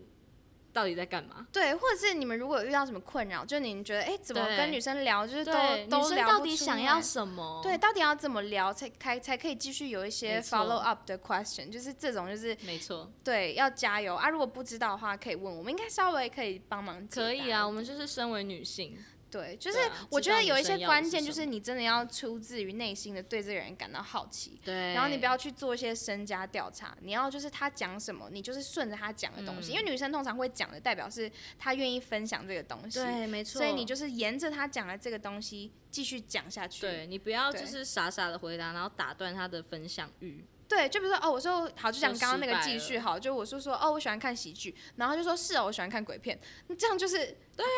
[SPEAKER 2] 到底在干嘛。
[SPEAKER 1] 对，或者是你们如果有遇到什么困扰，就你们觉得哎、怎么
[SPEAKER 2] 对
[SPEAKER 1] 跟女生聊，就是都
[SPEAKER 2] 女
[SPEAKER 1] 都
[SPEAKER 2] 生
[SPEAKER 1] 聊
[SPEAKER 2] 到
[SPEAKER 1] 不
[SPEAKER 2] 底
[SPEAKER 1] 出
[SPEAKER 2] 想
[SPEAKER 1] 来
[SPEAKER 2] 要什么？
[SPEAKER 1] 对，，到底要怎么聊才才才可以继续有一些
[SPEAKER 2] 没错
[SPEAKER 1] follow up 的 question？就是这种，就是
[SPEAKER 2] 没错，
[SPEAKER 1] 对，要加油啊！如果不知道的话，可以问我们，应该稍微可以帮忙解答。
[SPEAKER 2] 可以啊，我们就是身为女性，
[SPEAKER 1] 对，就是
[SPEAKER 2] 对啊
[SPEAKER 1] 我
[SPEAKER 2] 知
[SPEAKER 1] 觉
[SPEAKER 2] 道
[SPEAKER 1] 得
[SPEAKER 2] 女
[SPEAKER 1] 有一
[SPEAKER 2] 生
[SPEAKER 1] 些
[SPEAKER 2] 要的
[SPEAKER 1] 关
[SPEAKER 2] 是
[SPEAKER 1] 键，
[SPEAKER 2] 什
[SPEAKER 1] 就是你真的要出自于内心的对这个人感到好奇，
[SPEAKER 2] 对
[SPEAKER 1] 然后你不要去做一些身家调查，你要就是他讲什么，你就是顺着他讲的东西，因
[SPEAKER 2] 嗯
[SPEAKER 1] 为女生通常会讲的，代表是她愿意分享这个东西，
[SPEAKER 2] 对，没错，
[SPEAKER 1] 所以你就是沿着她讲的这个东西继续讲下去。
[SPEAKER 2] 对你不要就
[SPEAKER 1] 对
[SPEAKER 2] 是傻傻的回答，然后打断他的分享欲。
[SPEAKER 1] 对，就比如说哦，我说好，就讲
[SPEAKER 2] 就
[SPEAKER 1] 刚刚
[SPEAKER 2] 失
[SPEAKER 1] 那个
[SPEAKER 2] 败
[SPEAKER 1] 继续
[SPEAKER 2] 了
[SPEAKER 1] 好，就我说说哦，我喜欢看喜剧，然后就说是哦，我喜欢看鬼片，那这样就是对啊，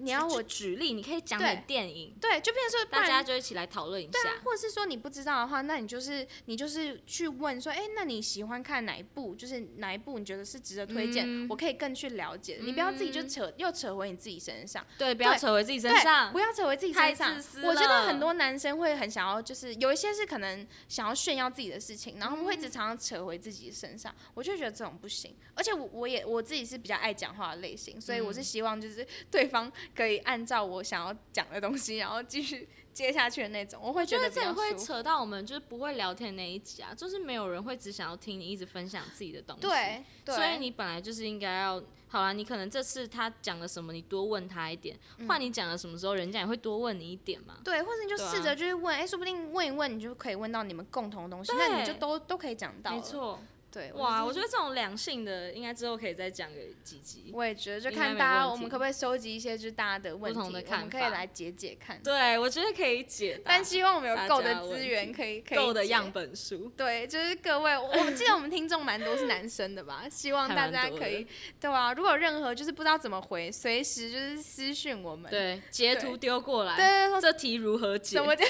[SPEAKER 1] 你要
[SPEAKER 2] 就
[SPEAKER 1] 我
[SPEAKER 2] 举例，你可以讲
[SPEAKER 1] 对
[SPEAKER 2] 点电影，
[SPEAKER 1] 对，就变成说不
[SPEAKER 2] 大
[SPEAKER 1] 然
[SPEAKER 2] 家就一起来讨论一
[SPEAKER 1] 对
[SPEAKER 2] 下
[SPEAKER 1] 啊。，或者是说你不知道的话，那你就是你就是去问说，哎、那你喜欢看哪一部？就是哪一部你觉得是值得推荐，
[SPEAKER 2] 嗯
[SPEAKER 1] 我可以更去了解。你不要自己就扯又扯回你自己身上，
[SPEAKER 2] 对，不要
[SPEAKER 1] 对
[SPEAKER 2] 扯回自己身
[SPEAKER 1] 对，
[SPEAKER 2] 上
[SPEAKER 1] 不。要扯回自己
[SPEAKER 2] 太
[SPEAKER 1] 身上
[SPEAKER 2] 自私。
[SPEAKER 1] 我觉得
[SPEAKER 2] 了
[SPEAKER 1] 很多男生会很想要，就是有一些是可能想要炫耀自己的事情，然后们会一直
[SPEAKER 2] 嗯
[SPEAKER 1] 常常扯回自己身上，我就觉得这种不行。而且我我也我自己是比较爱讲话的类型，所以我是
[SPEAKER 2] 嗯
[SPEAKER 1] 希望就是对方可以按照我想要讲的东西，然后继续接下去的那种，我会觉
[SPEAKER 2] 就
[SPEAKER 1] 得
[SPEAKER 2] 是
[SPEAKER 1] 比
[SPEAKER 2] 这
[SPEAKER 1] 较
[SPEAKER 2] 也会
[SPEAKER 1] 舒服。
[SPEAKER 2] 扯到我们就是不会聊天的那一集啊，就是没有人会只想要听你一直分享自己的东西。，
[SPEAKER 1] 对，对
[SPEAKER 2] 所以你本来就是应该要好啊，你可能这次他讲了什么，你多问他一点；
[SPEAKER 1] 嗯
[SPEAKER 2] 换你讲了什么时候，人家也会多问你一点嘛。
[SPEAKER 1] 对，或者你就
[SPEAKER 2] 对啊
[SPEAKER 1] 试着就是问，哎、说不定问一问，你就可以问到你们共同的东西，那你就
[SPEAKER 2] 对
[SPEAKER 1] 都都可以讲到。
[SPEAKER 2] 没，错，
[SPEAKER 1] 对，
[SPEAKER 2] 哇，我
[SPEAKER 1] 就
[SPEAKER 2] 觉得这种两性的，应该之后可以再讲个几集
[SPEAKER 1] 是。我也觉得，就
[SPEAKER 2] 应该
[SPEAKER 1] 看
[SPEAKER 2] 没
[SPEAKER 1] 大家
[SPEAKER 2] 问
[SPEAKER 1] 我们
[SPEAKER 2] 题
[SPEAKER 1] 可不可以收集一些就是大家的问题，
[SPEAKER 2] 同的
[SPEAKER 1] 我们
[SPEAKER 2] 看
[SPEAKER 1] 可以
[SPEAKER 2] 法
[SPEAKER 1] 来解解看。
[SPEAKER 2] 对，我觉得可以解答，
[SPEAKER 1] 但希望我们
[SPEAKER 2] 大
[SPEAKER 1] 有够
[SPEAKER 2] 家
[SPEAKER 1] 的
[SPEAKER 2] 的问
[SPEAKER 1] 资源
[SPEAKER 2] 题
[SPEAKER 1] 可以可以
[SPEAKER 2] 够的
[SPEAKER 1] 解
[SPEAKER 2] 样本数。
[SPEAKER 1] 对，就是各位，我我记得我们听众蛮多是男生的 吧，希望
[SPEAKER 2] 还
[SPEAKER 1] 大
[SPEAKER 2] 蛮
[SPEAKER 1] 家
[SPEAKER 2] 多
[SPEAKER 1] 可
[SPEAKER 2] 的
[SPEAKER 1] 以，对啊，如果有任何就是不知道怎么回，随时就是私讯我们，
[SPEAKER 2] 对，截图丢过
[SPEAKER 1] 对，
[SPEAKER 2] 来，
[SPEAKER 1] 对对，说
[SPEAKER 2] 这题如何解
[SPEAKER 1] 怎？么解，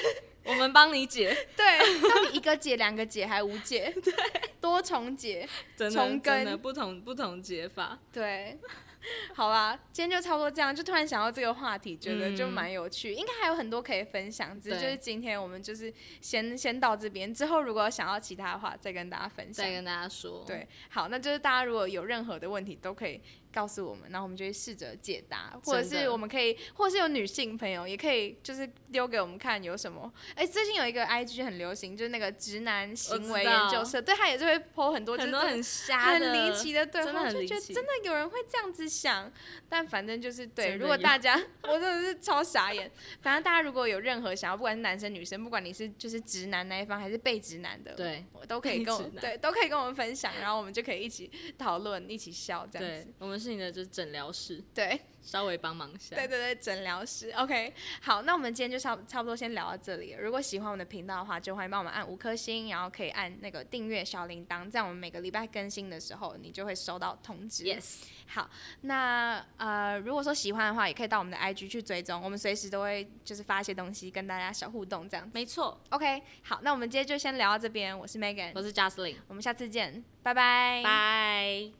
[SPEAKER 2] 我们帮你解，
[SPEAKER 1] 对，到底一个解、两个解还无解， 对，多重解，
[SPEAKER 2] 真的
[SPEAKER 1] 重
[SPEAKER 2] 真的
[SPEAKER 1] 跟
[SPEAKER 2] 不同不同解法。
[SPEAKER 1] 对， 好啦，今天就差不多这样，就突然想到这个话题，觉得就
[SPEAKER 2] 嗯
[SPEAKER 1] 蛮有趣，应该还有很多可以分享，只是就
[SPEAKER 2] 对
[SPEAKER 1] 是今天我们就是先先到这边，之后如果有想要其他的话，再跟大家分享
[SPEAKER 2] 再。跟大家说，，
[SPEAKER 1] 对，好，那就是大家如果有任何的问题都可以告诉我们，然后我们就会试着解答，或者
[SPEAKER 2] 真
[SPEAKER 1] 是
[SPEAKER 2] 的
[SPEAKER 1] 我们可以，或者是有女性朋友也可以，就是丢给我们看有什么。哎、最近有一个 IG 很流行，就是那个直男行为
[SPEAKER 2] 知
[SPEAKER 1] 研究
[SPEAKER 2] 道
[SPEAKER 1] 社，对他也是会 po 很多就是
[SPEAKER 2] 很多
[SPEAKER 1] 这
[SPEAKER 2] 很瞎的、
[SPEAKER 1] 很离奇的对
[SPEAKER 2] 真的
[SPEAKER 1] 话，
[SPEAKER 2] 很
[SPEAKER 1] 就
[SPEAKER 2] 离
[SPEAKER 1] 觉得
[SPEAKER 2] 奇
[SPEAKER 1] 真的有人会这样子想。但反正就是对，
[SPEAKER 2] 真
[SPEAKER 1] 如
[SPEAKER 2] 的
[SPEAKER 1] 果
[SPEAKER 2] 有
[SPEAKER 1] 大家，我真的是超傻眼。反正大家如果有任何想要，不管是男生女生，不管你是就是直男那一方还是被直男的，
[SPEAKER 2] 对
[SPEAKER 1] 我都可以跟我
[SPEAKER 2] 被直男
[SPEAKER 1] 对都可以跟我们分享，然后我们就可以一起讨论，一起笑这样
[SPEAKER 2] 对
[SPEAKER 1] 子。，
[SPEAKER 2] 我们是你的就是诊疗室，
[SPEAKER 1] 对
[SPEAKER 2] 稍微帮忙一下。
[SPEAKER 1] 对对对，诊疗师。OK，好，那我们今天就差不差不多先聊到这里了。如果喜欢我们的频道的话，就欢迎帮我们按五颗星，然后可以按那个订阅小铃铛，这样我们每个礼拜更新的时候，你就会收到通知。
[SPEAKER 2] ，yes，
[SPEAKER 1] 好，那呃，如果说喜欢的话，也可以到我们的 IG 去追踪，我们随时都会就是发一些东西跟大家小互动这样子。
[SPEAKER 2] 没错，
[SPEAKER 1] OK，好，那我们今天就先聊到这边，我是 Megan，
[SPEAKER 2] 我是 Justin，
[SPEAKER 1] 我们下次见，拜拜，
[SPEAKER 2] 拜。